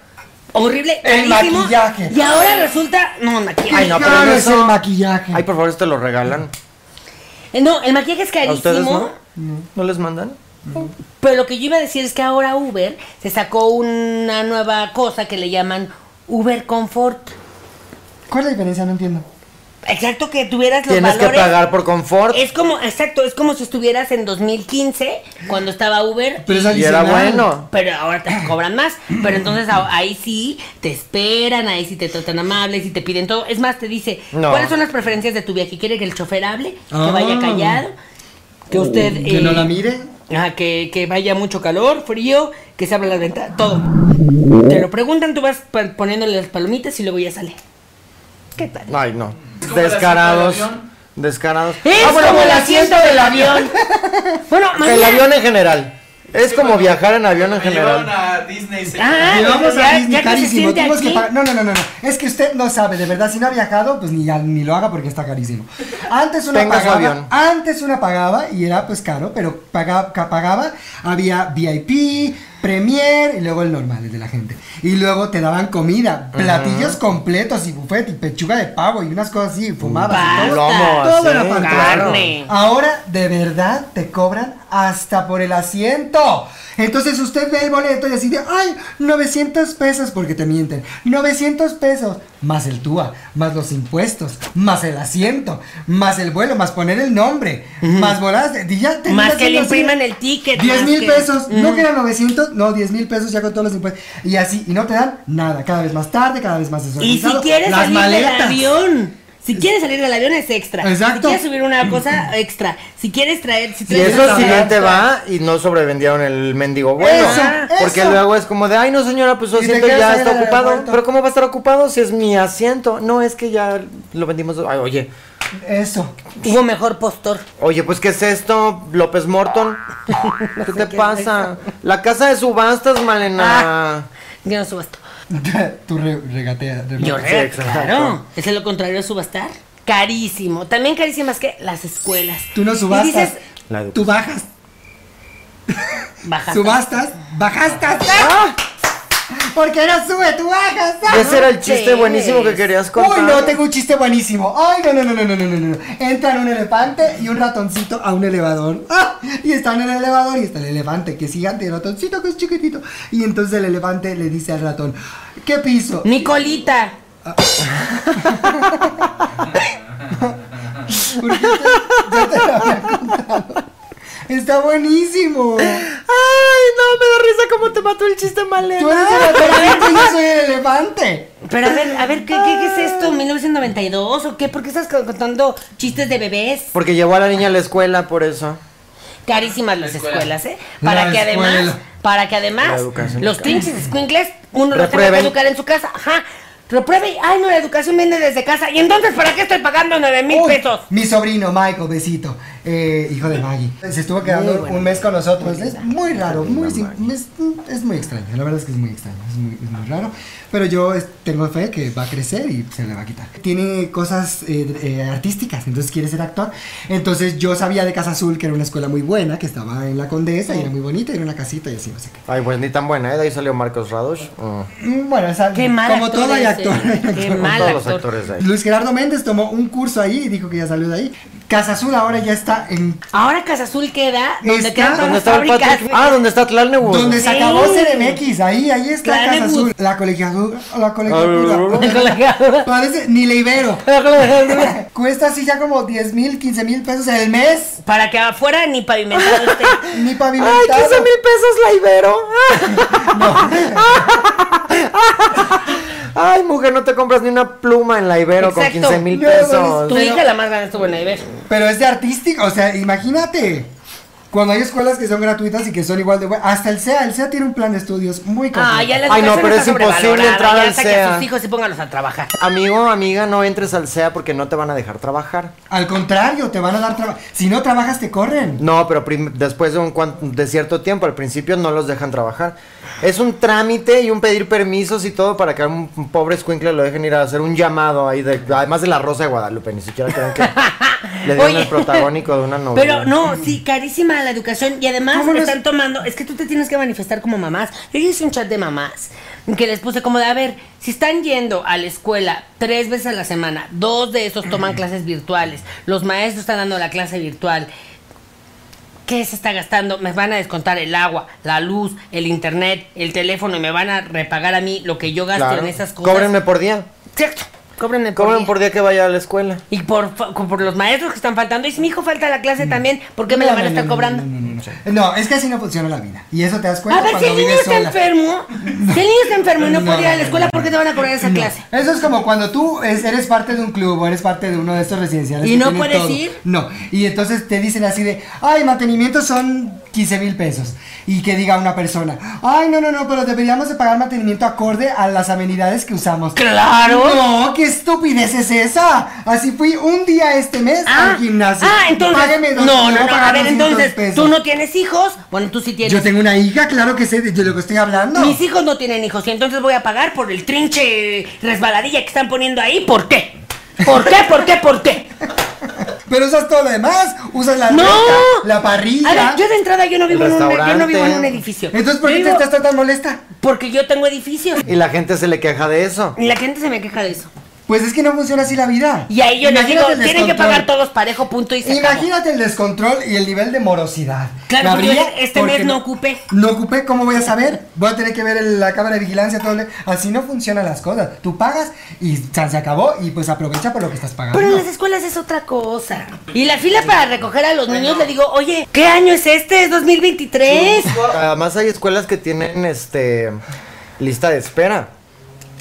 S1: horrible,
S3: El
S1: carísimo.
S3: maquillaje.
S1: Y ahora resulta. No, maquillaje.
S2: Ay, no, pero
S3: Claro,
S2: no
S3: es el
S1: Mm.
S3: maquillaje.
S2: Ay, por favor, te lo regalan.
S1: Eh, No, el maquillaje es
S2: ¿A ustedes
S1: carísimo.
S2: no? ¿No les mandan?
S1: Pero lo que yo iba a decir es que ahora Uber se sacó una nueva cosa que le llaman Uber Comfort.
S3: ¿Cuál es la diferencia? No entiendo.
S1: Exacto, que tuvieras los
S2: Tienes que
S1: valores.
S2: pagar por confort.
S1: Es como, exacto, es como si estuvieras en 2015 cuando estaba Uber
S3: Pero es
S2: Y era
S3: adicional.
S2: bueno.
S1: Pero ahora te cobran más. Pero entonces a- ahí sí te esperan, ahí sí te tratan amables y te piden todo. Es más, te dice,
S2: No.
S1: ¿cuáles son las preferencias de tu viaje? ¿Quiere que el chofer hable?
S3: Ah. Oh,
S1: Que vaya callado. Que usted...
S3: Que
S1: eh,
S3: no la mire.
S1: ajá, que, que vaya mucho calor, frío, que se abra la ventana, todo. Te lo preguntan, tú vas pa- poniéndole las palomitas y luego ya sale. ¿Qué tal?
S2: Ay, no.
S6: como el
S2: Descarados.
S6: asiento del avión.
S2: Descarados.
S1: Es
S2: Ah, bueno,
S1: como el asiento del avión. [laughs] bueno,
S2: El
S1: mañana-
S2: avión en general. Es como viajar en avión en
S6: Me llevaron
S2: general.
S6: a Disney. señor.
S1: Ah,
S3: Llevamos
S1: ya-
S3: a Disney
S1: ya que se
S3: carísimo.
S1: siente
S3: Tuvimos que
S1: aquí.
S3: pagar- No, no, no, no, no. Es que usted no sabe, de verdad. Si no ha viajado, pues ni, ya- ni lo haga porque está carísimo. Antes una
S2: Tenga su
S3: pagaba.
S2: avión.
S3: Antes una pagaba y era pues caro, pero pagaba, pagaba. Había VIP, Premier y luego el normal, el de la gente. Y luego te daban comida, platillos completos y buffet y pechuga de pavo y unas cosas así, fumadas. y
S1: Basta.
S3: todo.
S2: Lomo,
S3: Todo
S2: así,
S3: era fantástico.
S1: carne.
S3: Ahora de verdad te cobran hasta por el asiento. Entonces usted ve el boleto y decide, ay, 900 pesos, porque te mienten, 900 pesos, más el TUA, más los impuestos, más el asiento, más el vuelo, más poner el nombre, más bolas, de- y ya
S1: Más
S3: terminas
S1: que le
S3: siendo así de-
S1: impriman el ticket.
S3: 10
S1: más
S3: mil
S1: que-
S3: pesos, no
S1: Ujú.
S3: que eran 900, no, 10 mil pesos ya con todos los impuestos. Y así, y no te dan nada, cada vez más tarde, cada vez más
S1: Y si
S3: desorganizado.
S1: quieres
S3: las
S1: salir del
S3: maletas.
S1: avión. Si quieres salir del avión es extra.
S3: Exacto.
S1: Si quieres subir una cosa extra. Si quieres traer. Si
S2: Y
S1: traes
S2: eso
S1: una
S2: si
S1: cosa
S2: no te
S1: extra.
S2: va y no sobrevendieron el mendigo vuelo.
S3: Eso,
S2: porque
S3: eso.
S2: luego es como de, ay no señora, pues su
S3: Y te
S2: asiento
S3: quedas
S2: ya
S3: ahí
S2: está
S3: en el
S2: ocupado.
S3: aeropuerto.
S2: Pero ¿cómo va a estar ocupado si es mi asiento? No, es que ya lo vendimos. Ay, oye,
S3: Eso. [laughs]
S1: Hubo mejor postor.
S2: oye, pues ¿qué es esto? López
S3: [laughs]
S2: Morton. ¿Qué te pasa? La casa de subastas, Malena.
S1: Yo no subasto.
S3: Tú re- regatea. remata.
S1: Yo
S2: Sí,
S1: re-
S2: exacto.
S1: claro. ¿Es lo contrario de subastar? Carísimo. También carísimas que las escuelas.
S3: Tú no subastas.
S1: Y dices,
S2: La educación.
S3: Tú bajas.
S1: baja.
S3: Subastas. Bajastas. ¡Ah! Porque no sube, tú bajas. ¡Ah!
S2: Ese era el chiste buenísimo que querías contar.
S3: Uy, no, tengo un chiste buenísimo. Ay, no, no, no, no, no, no, no, no. Entran un elefante y un ratoncito a un elevador. ¡Ah! Y están en el elevador y está el elefante que es gigante y el ratoncito que es chiquitito. Y entonces el elefante le dice al ratón,
S2: [laughs]
S3: ¿qué piso?
S1: Nicolita.
S3: Porque te- ya te lo había contado. Está buenísimo.
S2: Ay, no, me da risa cómo te mató el chiste, Malena.
S3: Tú eres
S2: [laughs]
S3: el elefante y yo soy el elefante.
S1: Pero a ver, a ver, ¿qué, qué, qué es esto? ¿1992 o qué? ¿Por qué estás co- contando chistes de bebés?
S2: Porque llevó a la niña a la escuela, por eso.
S1: Carísimas las
S6: escuela.
S1: escuelas, ¿eh? Para
S3: La
S1: que además,
S3: escuela.
S1: para que
S2: La
S1: además,
S2: educación.
S1: los pinches squinkles, uno los tenga que
S2: Reprueben.
S1: educar en su casa. Ajá. Repruebe y, ay, no, la educación viene desde casa. ¿Y entonces para qué estoy pagando nueve mil
S3: Uy,
S1: pesos?
S3: Mi sobrino, Michael, besito. eh, hijo de Maggie. Se estuvo quedando un mes con nosotros. Es muy raro, muy sim- es, es muy extraño. La verdad es que es muy extraño. Es muy, es muy raro. Pero yo es- tengo fe que va a crecer y se le va a quitar. Tiene cosas eh, eh, artísticas, entonces quiere ser actor. Entonces yo sabía de Casa Azul, que era una escuela muy buena, que estaba en la Condesa y era muy bonita, y era una casita y así, no sé qué.
S2: Ay, pues ni tan buena, ¿eh? De ahí salió Marcos Radosh. Mm.
S3: Mm, Bueno, esa-
S1: Qué mal
S3: como
S1: actor
S3: todo hay
S1: ese.
S3: actor. hay actor.
S1: Qué
S2: Como
S1: mal
S2: todos los
S1: actor.
S2: actores de ahí.
S3: Luis Gerardo Méndez tomó un curso ahí y dijo que ya salió de ahí. Casa Azul ahora ya está en
S1: Ahora Casa Azul queda donde
S3: Está-
S1: quedan todas
S2: ¿Dónde
S1: las
S2: estaba el
S1: fábricas.
S2: Patrick?
S1: [laughs]
S2: Ah, ¿dónde está Tlalnebus?
S3: donde se
S1: Sí.
S3: acabó CDMX, ahí, ahí está
S1: Claro,
S3: Casa
S1: bus.
S3: Azul, la colegiatura, la
S1: La
S3: colegiatura.
S1: colegiadora.
S3: Parece ni le ibero. Cuesta así ya como 10 mil, 15 mil pesos el mes.
S1: [laughs] Para que afuera ni pavimentado
S2: [laughs]
S1: esté.
S3: Ni
S2: ¡Ay,
S3: pavimentado.
S2: 15 mil pesos la Ibero! ¡Ay, mujer, no te compras ni una pluma en la Ibero con
S1: Exacto.
S2: 15 mil
S3: No,
S1: Tu
S2: pesos!
S3: pero-
S1: hija la más grande estuvo en la Iber.
S3: Pero es de artístico, o sea, imagínate. Cuando hay escuelas que son gratuitas y que son igual de buenas. Hasta el SEA, el SEA tiene un plan de estudios muy completo.
S1: Ah, ya la
S2: Ay, no,
S1: educación
S2: pero
S1: está
S2: es imposible
S1: sobrevalorada,
S2: entrar
S1: ya
S2: al
S1: hasta que a sus
S2: SEA.
S1: hijos y pónganlos a trabajar.
S2: Amigo, amiga, no entres al SEA porque no te van a dejar trabajar.
S3: Al contrario, te van a dar trabajo. Si no trabajas, te corren.
S2: No, pero prim- después de, un cuan- de cierto tiempo, al principio no los dejan trabajar. Es un trámite y un pedir permisos y todo para que a un pobre escuincle lo dejen ir a hacer un llamado ahí, de, además de la Rosa de Guadalupe, ni siquiera creen que le dieron
S1: Oye.
S2: el protagónico de una novela.
S1: Pero no, sí, carísima la educación y además
S3: ¿Cómo no
S1: están
S3: es?
S1: tomando, es que tú te tienes que manifestar como mamás. Yo hice un chat de mamás que les puse como de, a ver, si están yendo a la escuela tres veces a la semana, dos de esos toman clases virtuales, los maestros están dando la clase virtual. ¿Qué se está gastando? Me van a descontar el agua, la luz, el internet, el teléfono y me van a repagar a mí lo que yo gasto
S2: Claro.
S1: en esas cosas.
S2: Cóbrenme por día.
S1: Cierto, cóbrenme por
S2: Cobran
S1: día.
S2: por día que vaya a la escuela.
S1: Y por, fa- por los maestros que están faltando. Y si mi hijo falta a la clase también, ¿por qué me la
S3: No,
S1: van a
S3: no,
S1: estar
S3: no, no,
S1: cobrando?
S3: No, no, no, no. No, es que así no funciona la vida. Y eso te das cuenta
S1: A ver, si
S3: cuando
S1: el niño
S3: vives
S1: está
S3: sola.
S1: enfermo, si el niño está enfermo y no,
S3: No,
S1: puede ir a la
S3: no, no,
S1: escuela,
S3: no,
S1: ¿por qué te van a cobrar esa clase?
S3: Eso es como cuando tú es- eres parte de un club o eres parte de uno de estos residenciales.
S1: ¿Y
S3: que
S1: no
S3: tienen
S1: puedes
S3: todo.
S1: ir?
S3: No. Y entonces te dicen así de, ay, mantenimiento son 15 mil pesos. Y que diga una persona, ay, no, no, no, pero deberíamos de pagar mantenimiento acorde a las amenidades que usamos.
S1: ¡Claro!
S3: No, qué estupidez es esa. Así fui un día este mes al gimnasio.
S1: ah, entonces.
S3: Págueme dos-
S1: no,
S3: voy
S1: no, no. A
S3: pagar
S1: ver,
S3: 200
S1: entonces,
S3: pesos.
S1: tú no tienes hijos. Bueno, tú sí tienes.
S3: Yo tengo una hija, claro que sé de de lo que estoy hablando.
S1: Mis hijos no tienen hijos y entonces voy a pagar por el trinche resbaladilla que están poniendo ahí. ¿Por qué? ¿Por qué? ¿Por qué? ¿Por qué?
S3: Pero usas todo lo demás. Usas la
S1: ¡No!
S3: alberca, la parrilla.
S1: A ver, yo de entrada yo no vivo, en un, e, yo no vivo en un
S2: restaurante.
S1: edificio.
S3: Entonces, ¿por
S1: Yo
S3: qué te
S1: vivo-
S3: estás tan- tan molesta?
S1: Porque yo tengo edificios.
S2: Y la gente se le queja de eso.
S1: Y la gente se me queja de eso.
S3: Pues es que no funciona así la vida.
S1: Y ahí yo les digo,
S3: Imagínate el
S1: tienen que
S3: descontrol.
S1: pagar todos parejo, punto y se acabó.
S3: Imagínate el descontrol y el nivel de morosidad.
S1: Claro,
S3: Me
S1: porque
S3: habría-
S1: yo este mes no ocupé.
S3: No ocupé, ¿cómo voy a saber? Voy a tener que ver el- la cámara de vigilancia, todo. el- Así no funcionan las cosas. Tú pagas y chan, se acabó y pues aprovecha por lo que estás pagando.
S1: Pero en las escuelas es otra cosa. Y la fila para recoger a los niños, le digo, oye, ¿qué año es este? ¿Es 2023?
S2: Además hay escuelas que tienen este lista de espera.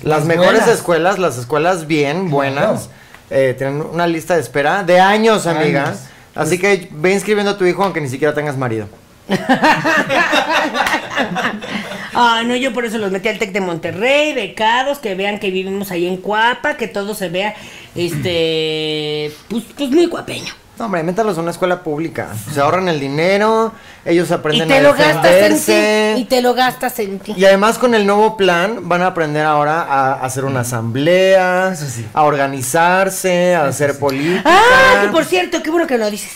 S2: Las
S3: Las
S2: mejores
S3: buenas.
S2: escuelas, las escuelas bien buenas,
S3: Claro.
S2: eh, tienen una lista de espera de años, amiga.
S3: Años.
S2: Así que ve inscribiendo a tu hijo aunque ni siquiera tengas marido.
S1: Ah, no, yo por eso los metí al TEC de Monterrey, becados, que vean que vivimos ahí en Cuapa, que todo se vea, este, pues, pues muy cuapeño.
S2: No, hombre, métalos a una escuela pública. Se ahorran el dinero, ellos
S1: Y
S2: aprenden
S1: te
S2: a
S1: lo gastas en
S2: defenderse.
S1: ti. Y te lo gastas en ti.
S2: Y además con el nuevo plan van a aprender ahora a hacer una asamblea,
S3: Eso sí.
S2: a organizarse, a hacer política.
S1: Ah, que por cierto, qué bueno que lo dices.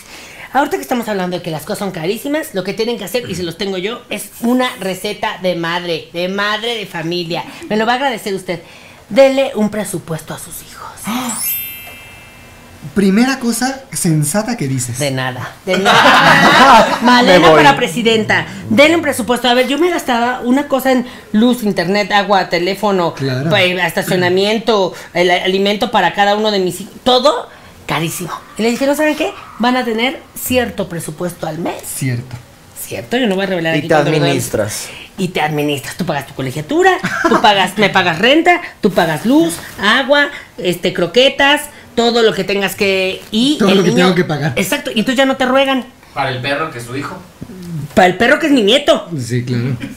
S1: Ahorita que estamos hablando de que las cosas son carísimas, lo que tienen que hacer, y se los tengo yo, es una receta de madre, de madre de familia. Me lo va a agradecer usted. Dele un presupuesto a sus hijos.
S3: Primera cosa sensata que dices.
S1: De nada. De nada. Malena
S2: Me voy.
S1: para presidenta. Denle un presupuesto. A ver, yo me gastaba una cosa en luz, internet, agua, teléfono,
S3: Claro.
S1: pa- estacionamiento, el alimento para cada uno de mis hijos. Todo carísimo. Y le dije, ¿no saben qué? Van a tener cierto presupuesto al mes.
S3: Cierto.
S1: Cierto, yo no voy a revelar aquí
S2: Y te
S1: cuánto me doy.
S2: administras.
S1: Y te administras, tú pagas tu colegiatura, tú pagas, me pagas renta, tú pagas luz, agua, este croquetas, todo lo que tengas que y
S3: Todo
S1: el
S3: lo que
S1: niño-
S3: tengo que pagar.
S1: Exacto, y entonces ya no te ruegan.
S6: Para el perro que es su hijo.
S1: Para el perro que es mi nieto.
S3: Pues Sí, claro. [laughs]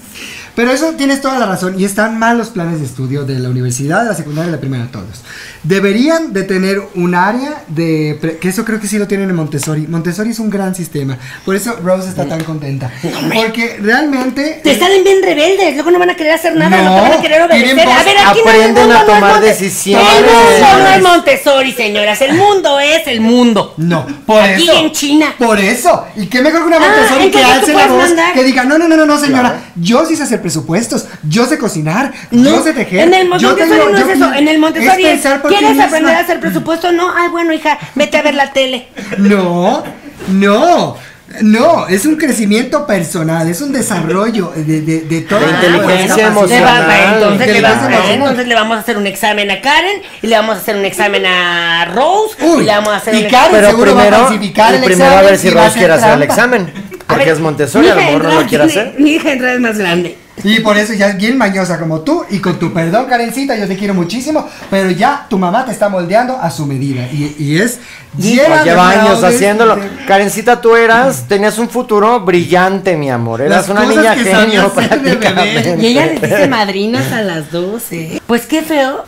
S3: Pero eso tienes toda la razón y están mal los planes de estudio de la universidad, de la secundaria, de la primaria, todos. Deberían de tener un área de... pre- que eso creo que sí lo tienen en Montessori. Montessori es un gran sistema. Por eso Rose está tan contenta. Porque realmente...
S1: Te salen bien rebeldes, luego no van a querer hacer nada, no,
S3: No,
S1: te van a querer
S3: tienen
S1: obedecer. A
S3: pos-
S1: ver, aquí no,
S2: aprenden
S1: el mundo
S2: a
S1: no es
S2: tomar
S1: Monte-
S2: decisiones.
S1: El mundo no es Montessori, señoras. El mundo es el mundo.
S3: No, por
S1: Aquí
S3: eso.
S1: en China.
S3: Por eso. Y qué mejor que una
S1: Ah,
S3: Montessori que
S1: entonces tú
S3: alce la
S1: puedes
S3: voz,
S1: mandar.
S3: que diga, no, no, no, no, no, señora, yo sí sé hacer presupuestos, yo sé cocinar, yo sé tejer.
S1: En el Mon-
S3: yo
S1: Montessori
S3: tengo-
S1: no
S3: yo-
S1: es eso. En el Montessori es,
S3: pensar por ti
S1: ¿quieres
S3: misma".
S1: aprender a hacer presupuesto? No. Ay, bueno, hija, vete a ver la tele.
S3: No, no. No, es un crecimiento personal, es un desarrollo de, de, de toda
S2: De
S3: la
S2: inteligencia
S1: Ah, pues, Le va-
S2: emocional.
S1: va- entonces, le va-
S3: Inteligencia emocional.
S1: entonces le vamos a hacer un examen a Karen y le vamos a hacer un examen a Rose y
S3: Uy,
S1: le vamos Ah, a hacer
S3: y
S1: un ex-
S3: Karen
S2: Pero
S3: seguro va a
S2: primero,
S3: falsificar
S2: y
S3: el
S2: primero a
S3: examen
S2: ver si
S3: y va a
S2: Ross quiere hacer el
S3: trampa.
S2: examen.
S1: A
S2: Porque
S1: ver,
S2: es Montessori,
S1: mi
S2: a lo
S1: hija
S2: mejor no
S1: Andrade
S2: lo quiere
S1: tiene-
S2: hacer.
S1: Mi hija Andrade es más grande.
S3: Y por eso ya es bien mañosa como tú y con tu perdón, Karencita, yo te quiero muchísimo, pero ya tu mamá te está moldeando a su medida y, y es lleva,
S2: Pues lleva
S3: de
S2: años
S3: fraudes,
S2: haciéndolo.
S3: de-
S2: Karencita, tú eras, tenías un futuro brillante, mi amor. Eras
S3: Las
S2: una
S3: cosas
S2: niña
S3: que sabía
S2: genio
S3: hacer de bebé.
S2: prácticamente.
S1: Y ella les
S2: [laughs]
S1: dice madrinas a las
S3: ¿eh?
S1: 12. Pues qué feo,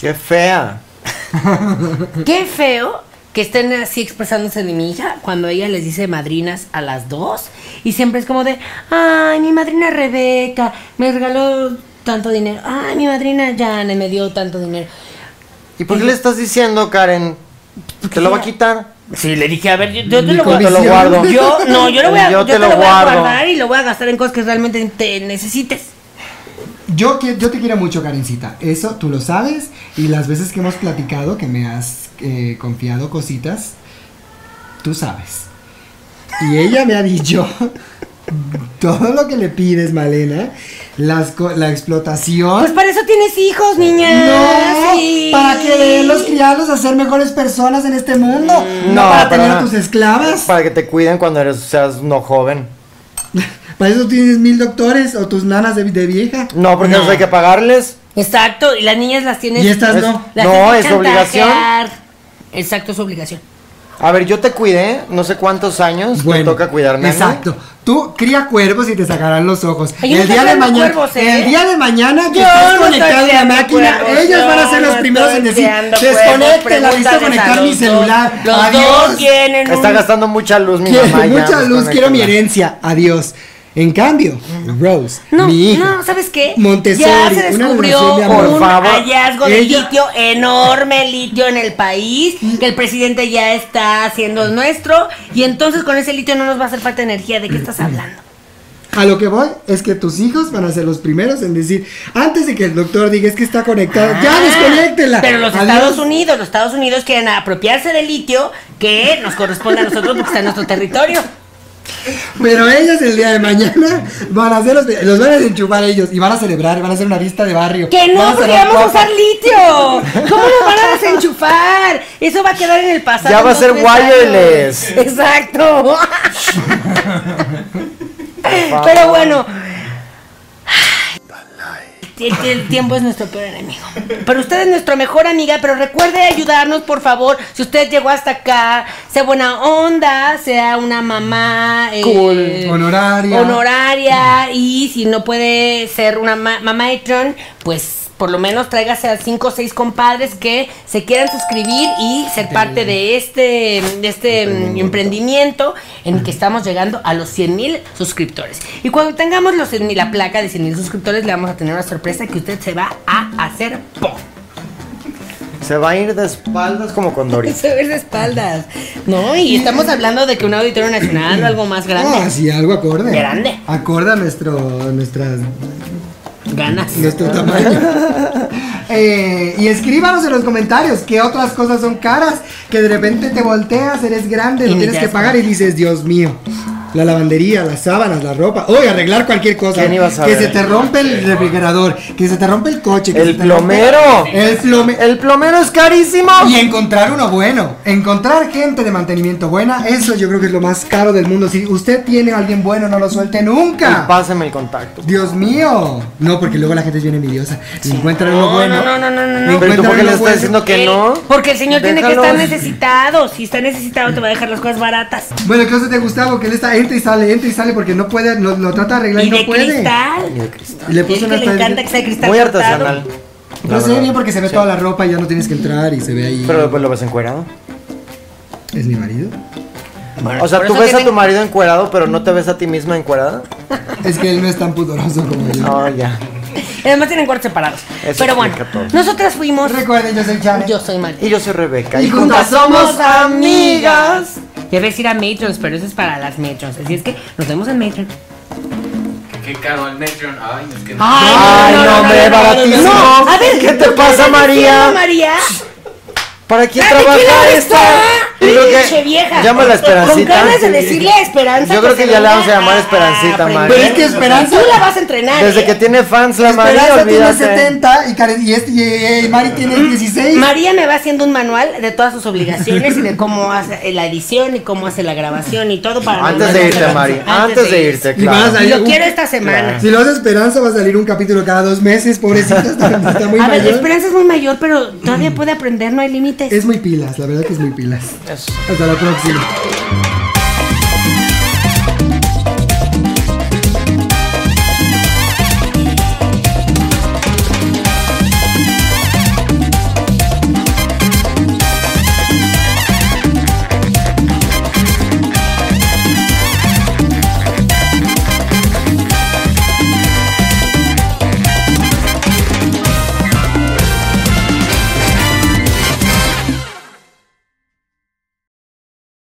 S2: Qué fea.
S1: qué feo que estén así expresándose de mi hija cuando ella les dice madrinas a las 2 y siempre es como de, ay, mi madrina Rebeca me regaló tanto dinero, ay, mi madrina Jane me dio tanto dinero.
S2: ¿Y por qué le estás diciendo, Karen? Te lo va a quitar.
S1: Sí, le dije, a ver, yo, yo te,
S3: Ni
S1: lo voy a-
S2: Yo te lo
S3: Comisión.
S2: guardo.
S1: Yo, no, yo lo voy a,
S2: Yo
S1: yo
S2: te
S1: te
S2: lo
S1: lo voy a
S2: guardo.
S1: guardar y lo voy a gastar en cosas que realmente te necesites.
S3: Yo, qui- yo te quiero mucho, Karencita. Eso tú lo sabes. Y las veces que hemos platicado, que me has eh, confiado cositas, tú sabes. Y ella me ha dicho [laughs] todo lo que le pides, Malena. Las co- la
S1: Pues
S2: ¿Ah?
S3: explotación.
S1: para eso tienes hijos, niña.
S3: no,
S1: Sí.
S3: para que de los criados a ser mejores personas en este mundo. No,
S2: No,
S3: para
S2: pero
S3: tener
S2: no.
S3: a tus esclavas.
S2: Para que te cuiden cuando eres, seas no joven.
S3: Para eso tienes mil doctores o tus nanas de, de vieja.
S2: No, porque no. hay que pagarles.
S1: Exacto, y las niñas las tienes.
S3: Y estas
S2: Es-
S3: no.
S1: las
S2: no,
S1: tienes que
S2: es obligación.
S1: chantajear. Exacto, es obligación.
S2: A ver, yo te cuidé no sé cuántos años. me toca cuidarme. a mí.
S3: Exacto. Tú cría cuervos y te sacarán los ojos.
S1: Ay, yo no
S3: el,
S1: estoy
S3: día de
S1: criando
S3: mañana,
S1: cuervos, ¿eh?
S3: el día de mañana que
S1: Yo
S3: estés
S1: no estoy
S3: conectado a la
S1: criando
S3: máquina,
S1: cuervos,
S3: ellos van a
S1: yo
S3: ser los
S1: no
S3: primeros
S1: estoy
S3: en decir,
S1: criando
S3: desconecte,
S1: cuervos,
S3: la necesito
S1: pregúntales a
S3: conectar
S1: los
S3: mi
S1: dos.
S3: celular.
S1: Los dos
S3: Adiós.
S1: tienen
S2: Está
S1: un-
S2: gastando mucha luz mi
S3: [laughs] Quiero
S2: mamá. ya,
S3: mucha luz,
S2: desconecta.
S3: quiero mi herencia. Adiós. En cambio,
S2: Mm.
S3: Rose,
S1: No,
S3: mi hija,
S1: no, ¿sabes qué?
S3: Montessori,
S1: ya se
S3: una
S1: descubrió
S3: donación de amor.
S1: un
S2: Por favor.
S1: hallazgo de
S3: Ella-
S1: litio, enorme litio en el país, que el presidente ya [laughs] está haciendo nuestro, y entonces con ese litio no nos va a hacer falta energía. ¿De qué estás hablando?
S3: A lo que voy es que tus hijos van a ser los primeros en decir, antes de que el doctor diga es que está conectado, ya
S1: Ah,
S3: desconéctela.
S1: Pero los
S3: Adiós.
S1: Estados Unidos, los Estados Unidos quieren apropiarse del litio que nos corresponde a nosotros porque está en nuestro territorio.
S3: Pero ellos el día de mañana van a ser los, los van a enchufar ellos y van a celebrar, van a hacer una vista de barrio.
S1: ¡Que
S3: Van
S1: no
S3: a cerrar
S1: podríamos
S3: copas.
S1: usar litio! ¿Cómo lo van a desenchufar? Eso va a quedar en el pasado.
S2: Ya va a
S1: en dos,
S2: ser
S1: tres años.
S2: wireless.
S1: Exacto.
S2: [laughs]
S1: Pero bueno. El, el tiempo es nuestro peor enemigo. Pero usted es nuestra mejor amiga, pero recuerde ayudarnos, por favor. Si usted llegó hasta acá, sea buena onda, sea una mamá eh,
S3: Cool, honoraria.
S1: honoraria, y si no puede ser una ma- mamá de Tron, pues por lo menos tráigase a cinco o seis compadres que se quieran suscribir y ser parte de este, de este mm, emprendimiento en el que estamos llegando a los 100 mil suscriptores. Y cuando tengamos los 100 mil, la placa de 100 mil suscriptores, le vamos a tener una sorpresa que usted se va a hacer po.
S2: Se va a ir de espaldas como con Doris.
S1: Se ve de espaldas. No, y estamos hablando de que un auditorio nacional o algo más
S3: Ah,
S1: grande.
S3: sí, algo acorde.
S1: Grande.
S3: Acorde a nuestro, nuestras
S1: Ganas.
S3: nuestro tamaño. [laughs] Eh, y escríbanos en los comentarios qué otras cosas son caras, que de repente te volteas, eres grande,
S1: Y
S3: lo
S1: ni
S3: tienes
S1: te
S3: que
S1: das
S3: pagar y dices, Dios mío. La lavandería, las sábanas, la ropa. Hoy arreglar cualquier cosa.
S2: ¿Quién iba a saber?
S3: Que se te rompe el refrigerador, que se te rompe el coche. que
S2: ¡El
S3: se te rompe-
S2: plomero!
S3: El plomero.
S2: ¡El plomero es carísimo!
S3: Y encontrar uno bueno, encontrar gente de mantenimiento buena, eso yo creo que es lo más caro del mundo. Si usted tiene a alguien bueno, no lo suelte nunca.
S2: Y páseme el contacto.
S3: Dios mío. No, porque luego la gente es bien envidiosa. Si encuentran
S1: No,
S3: uno bueno.
S1: no, no, no, no, no.
S2: Pero tú por qué
S3: encuentran
S2: le
S3: uno
S2: estás
S3: bueno.
S2: diciendo que
S1: Él-
S2: no.
S1: Porque el señor tiene que estar
S2: Déjalos.
S1: necesitado. Si está necesitado, te va a dejar las cosas baratas.
S3: Bueno, el closet de Gustavo, que él está, entra y sale, entra y sale porque no puede, lo, lo trata de arreglar y,
S1: Y
S3: no
S1: de
S3: puede.
S1: cristal.
S3: Y
S1: Y
S3: le
S1: es
S3: puso
S1: que
S3: una
S1: le
S3: estadía-
S1: encanta que sea de cristal.
S2: Muy
S1: cortado.
S2: artesanal. la
S3: Pero se ve
S2: verdad.
S3: bien porque se ve toda la ropa y ya no tienes que entrar y se ve ahí.
S2: Pero después lo ves encuerado.
S3: Es mi marido.
S2: O sea,
S1: por
S2: tú
S1: eso
S2: ves a
S1: tienen-
S2: tu marido encuerado, pero no te ves a ti misma encuerada.
S3: Es que él no es tan pudoroso como yo.
S2: No, ya.
S1: Y además tienen cuartos separados.
S2: Eso
S1: Pero bueno,
S2: explica todo.
S1: nosotras fuimos.
S3: Recuerden, yo soy Chane.
S1: Yo soy María.
S2: Y yo soy Rebeca.
S3: Y juntas somos amigas.
S1: Ya ves ir a Matrons, pero eso es para las Matrons. Así es que nos vemos en Matrons.
S6: Qué caro el Metron. Ay, es que no.
S2: Ay, no, hombre, baratísimo.
S1: A ver,
S2: ¿Qué te
S1: ¿qué
S2: pasa,
S1: estás
S2: María?
S1: diciendo, María?
S2: ¿Para quién
S1: Date, ¿quién
S2: trabaja
S1: la
S2: esta?
S1: está?
S2: Yo creo
S1: ¿ah? Pinche vieja.
S2: Llama a la
S1: Con
S2: Esperancita.
S1: ganas de decirle a Esperanza.
S2: Yo creo que
S1: se
S2: ya le
S1: venga
S2: vamos a llamar
S1: a-
S2: Esperancita,
S1: a
S2: María.
S3: Pero es que
S1: aprender.
S3: Esperanza.
S1: Tú la vas a entrenar.
S2: Desde
S1: pues ¿eh?
S2: que tiene fans la María,
S3: Esperanza tiene
S2: olvídate.
S3: 70 y, Karen- y, este, y- y Mari tiene 16.
S1: María me va haciendo un manual de todas sus obligaciones y de cómo hace la edición y cómo hace la grabación y todo para
S2: Antes de irte, María. Antes de irte,
S3: Y vas
S2: claro.
S3: a-
S1: Y lo
S3: Claro.
S1: quiero esta semana.
S3: Si lo haces Esperanza, va a salir un capítulo cada dos meses, pobrecita. Está, está muy
S1: A ver,
S3: mayor.
S1: Esperanza es muy mayor, pero todavía puede aprender, no hay límites.
S3: Es muy pilas, la verdad que es muy pilas. Hasta la próxima.